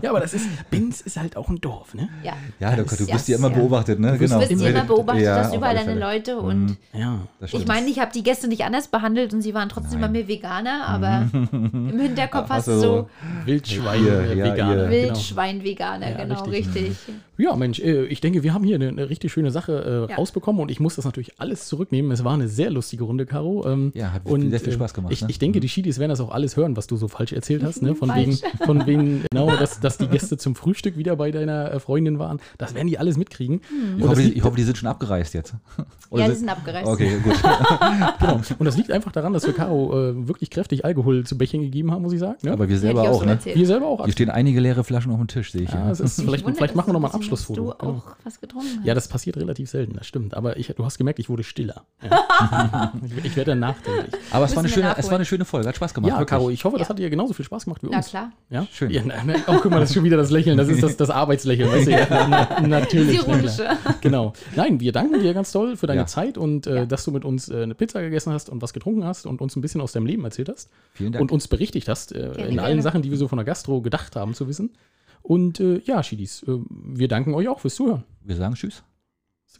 Speaker 1: Ja, aber das ist, Binz ist halt auch ein Dorf, ne?
Speaker 3: Ja.
Speaker 2: Ja, du, du
Speaker 3: Ja,
Speaker 2: wirst ja immer
Speaker 3: ja.
Speaker 2: beobachtet, ne?
Speaker 1: wirst
Speaker 3: Du wirst
Speaker 1: Immer-
Speaker 3: immer beobachtet,
Speaker 2: Ja,
Speaker 3: dass
Speaker 2: auf
Speaker 3: überall
Speaker 2: alle
Speaker 3: deine
Speaker 2: Fälle. Mhm.
Speaker 3: Leute und
Speaker 1: Ja.
Speaker 2: Das
Speaker 3: ich
Speaker 2: stimmt.
Speaker 3: meine, ich habe die Gäste nicht anders behandelt und sie waren trotzdem bei mir
Speaker 1: Mhm.
Speaker 3: Veganer, aber im Hinterkopf hast du so
Speaker 1: Wildschwein,
Speaker 2: Ja,
Speaker 1: äh,
Speaker 2: ja,
Speaker 1: Veganer.
Speaker 2: ja.
Speaker 1: also, Genau.
Speaker 3: Wildschwein-Veganer,
Speaker 1: Ja,
Speaker 3: genau,
Speaker 1: richtig.
Speaker 3: richtig.
Speaker 1: Ja, Mensch, äh, ich denke, wir haben hier eine, eine richtig schöne Sache äh,
Speaker 3: Ja.
Speaker 1: rausbekommen und ich muss das natürlich alles zurücknehmen. Es war eine sehr lustige Runde, Caro. Ähm,
Speaker 2: Ja, hat
Speaker 1: und,
Speaker 2: sehr viel
Speaker 1: äh,
Speaker 2: Spaß gemacht,
Speaker 1: Ich,
Speaker 2: ne?
Speaker 1: ich denke, die Schiedis werden das auch alles hören, was du so falsch erzählt hast. Ne? Von, wegen,
Speaker 3: Falsch.
Speaker 1: von wegen, genau, dass, dass die Gäste zum Frühstück wieder bei deiner äh, Freundin waren. Das werden die alles mitkriegen.
Speaker 3: Mhm.
Speaker 2: Ich
Speaker 1: Und, das
Speaker 2: hoffe, die,
Speaker 1: liegt,
Speaker 2: ich hoffe, die sind schon abgereist jetzt. Oder
Speaker 3: Ja, die sind abgereist.
Speaker 2: Okay, gut.
Speaker 1: und das liegt einfach daran, dass wir Caro äh, wirklich kräftig Alkohol zu Bächen gegeben haben, muss ich sagen. Ne?
Speaker 2: Aber wir selber
Speaker 3: ich auch
Speaker 2: auch,
Speaker 3: so
Speaker 2: ne?
Speaker 3: erzählt.
Speaker 1: wir selber auch.
Speaker 2: Hier stehen einige leere Flaschen auf dem Tisch, sehe ich.
Speaker 1: Ja,
Speaker 2: Ja.
Speaker 1: es ist,
Speaker 3: Mich
Speaker 1: vielleicht,
Speaker 3: wundert
Speaker 1: vielleicht
Speaker 3: es
Speaker 1: machen wir nochmal ein
Speaker 3: bisschen, dass
Speaker 1: Abschlussfoto.
Speaker 3: Du
Speaker 1: Genau.
Speaker 3: auch was getrunken hast.
Speaker 1: Ja, das passiert relativ selten, das stimmt. Aber ich, du hast gemerkt, ich wurde stiller. Ja. ich, ich werde dann nachdenklich.
Speaker 2: Aber es
Speaker 3: Müssen
Speaker 2: war, eine schöne,
Speaker 3: wir
Speaker 2: es
Speaker 3: nachholen.
Speaker 2: war eine schöne Folge, hat Spaß gemacht.
Speaker 1: Ja,
Speaker 2: wirklich.
Speaker 1: Caro, ich hoffe, das hat dir genauso viel Spaß gemacht wie
Speaker 3: Na
Speaker 1: uns.
Speaker 3: klar.
Speaker 1: Ja?
Speaker 2: Schön.
Speaker 1: Ja, na, na, oh, guck mal, das ist schon wieder das Lächeln. Das ist das, das Arbeitslächeln. Weißt du? ja, na,
Speaker 3: Das
Speaker 1: natürlich. na klar.
Speaker 3: Ironische.
Speaker 1: Genau. Nein, wir danken dir ganz toll für deine
Speaker 2: Ja.
Speaker 1: Zeit und äh, dass du mit uns äh, eine Pizza gegessen hast und was getrunken hast und uns ein bisschen aus deinem Leben erzählt hast.
Speaker 2: Vielen Dank.
Speaker 1: Und uns berichtigt hast äh, in
Speaker 3: gerne.
Speaker 1: allen Sachen, die wir so von der Gastro gedacht haben zu wissen. Und äh, ja, Schiedis, äh, wir danken euch auch fürs Zuhören.
Speaker 2: Wir sagen Tschüss.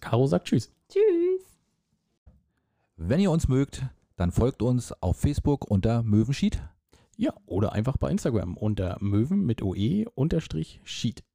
Speaker 1: Caro sagt Tschüss.
Speaker 3: Tschüss.
Speaker 2: Wenn ihr uns mögt, dann folgt uns auf Facebook unter Möwenschied.
Speaker 1: Ja, oder einfach bei Instagram unter Möwen mit OE E unterstrich Sheet.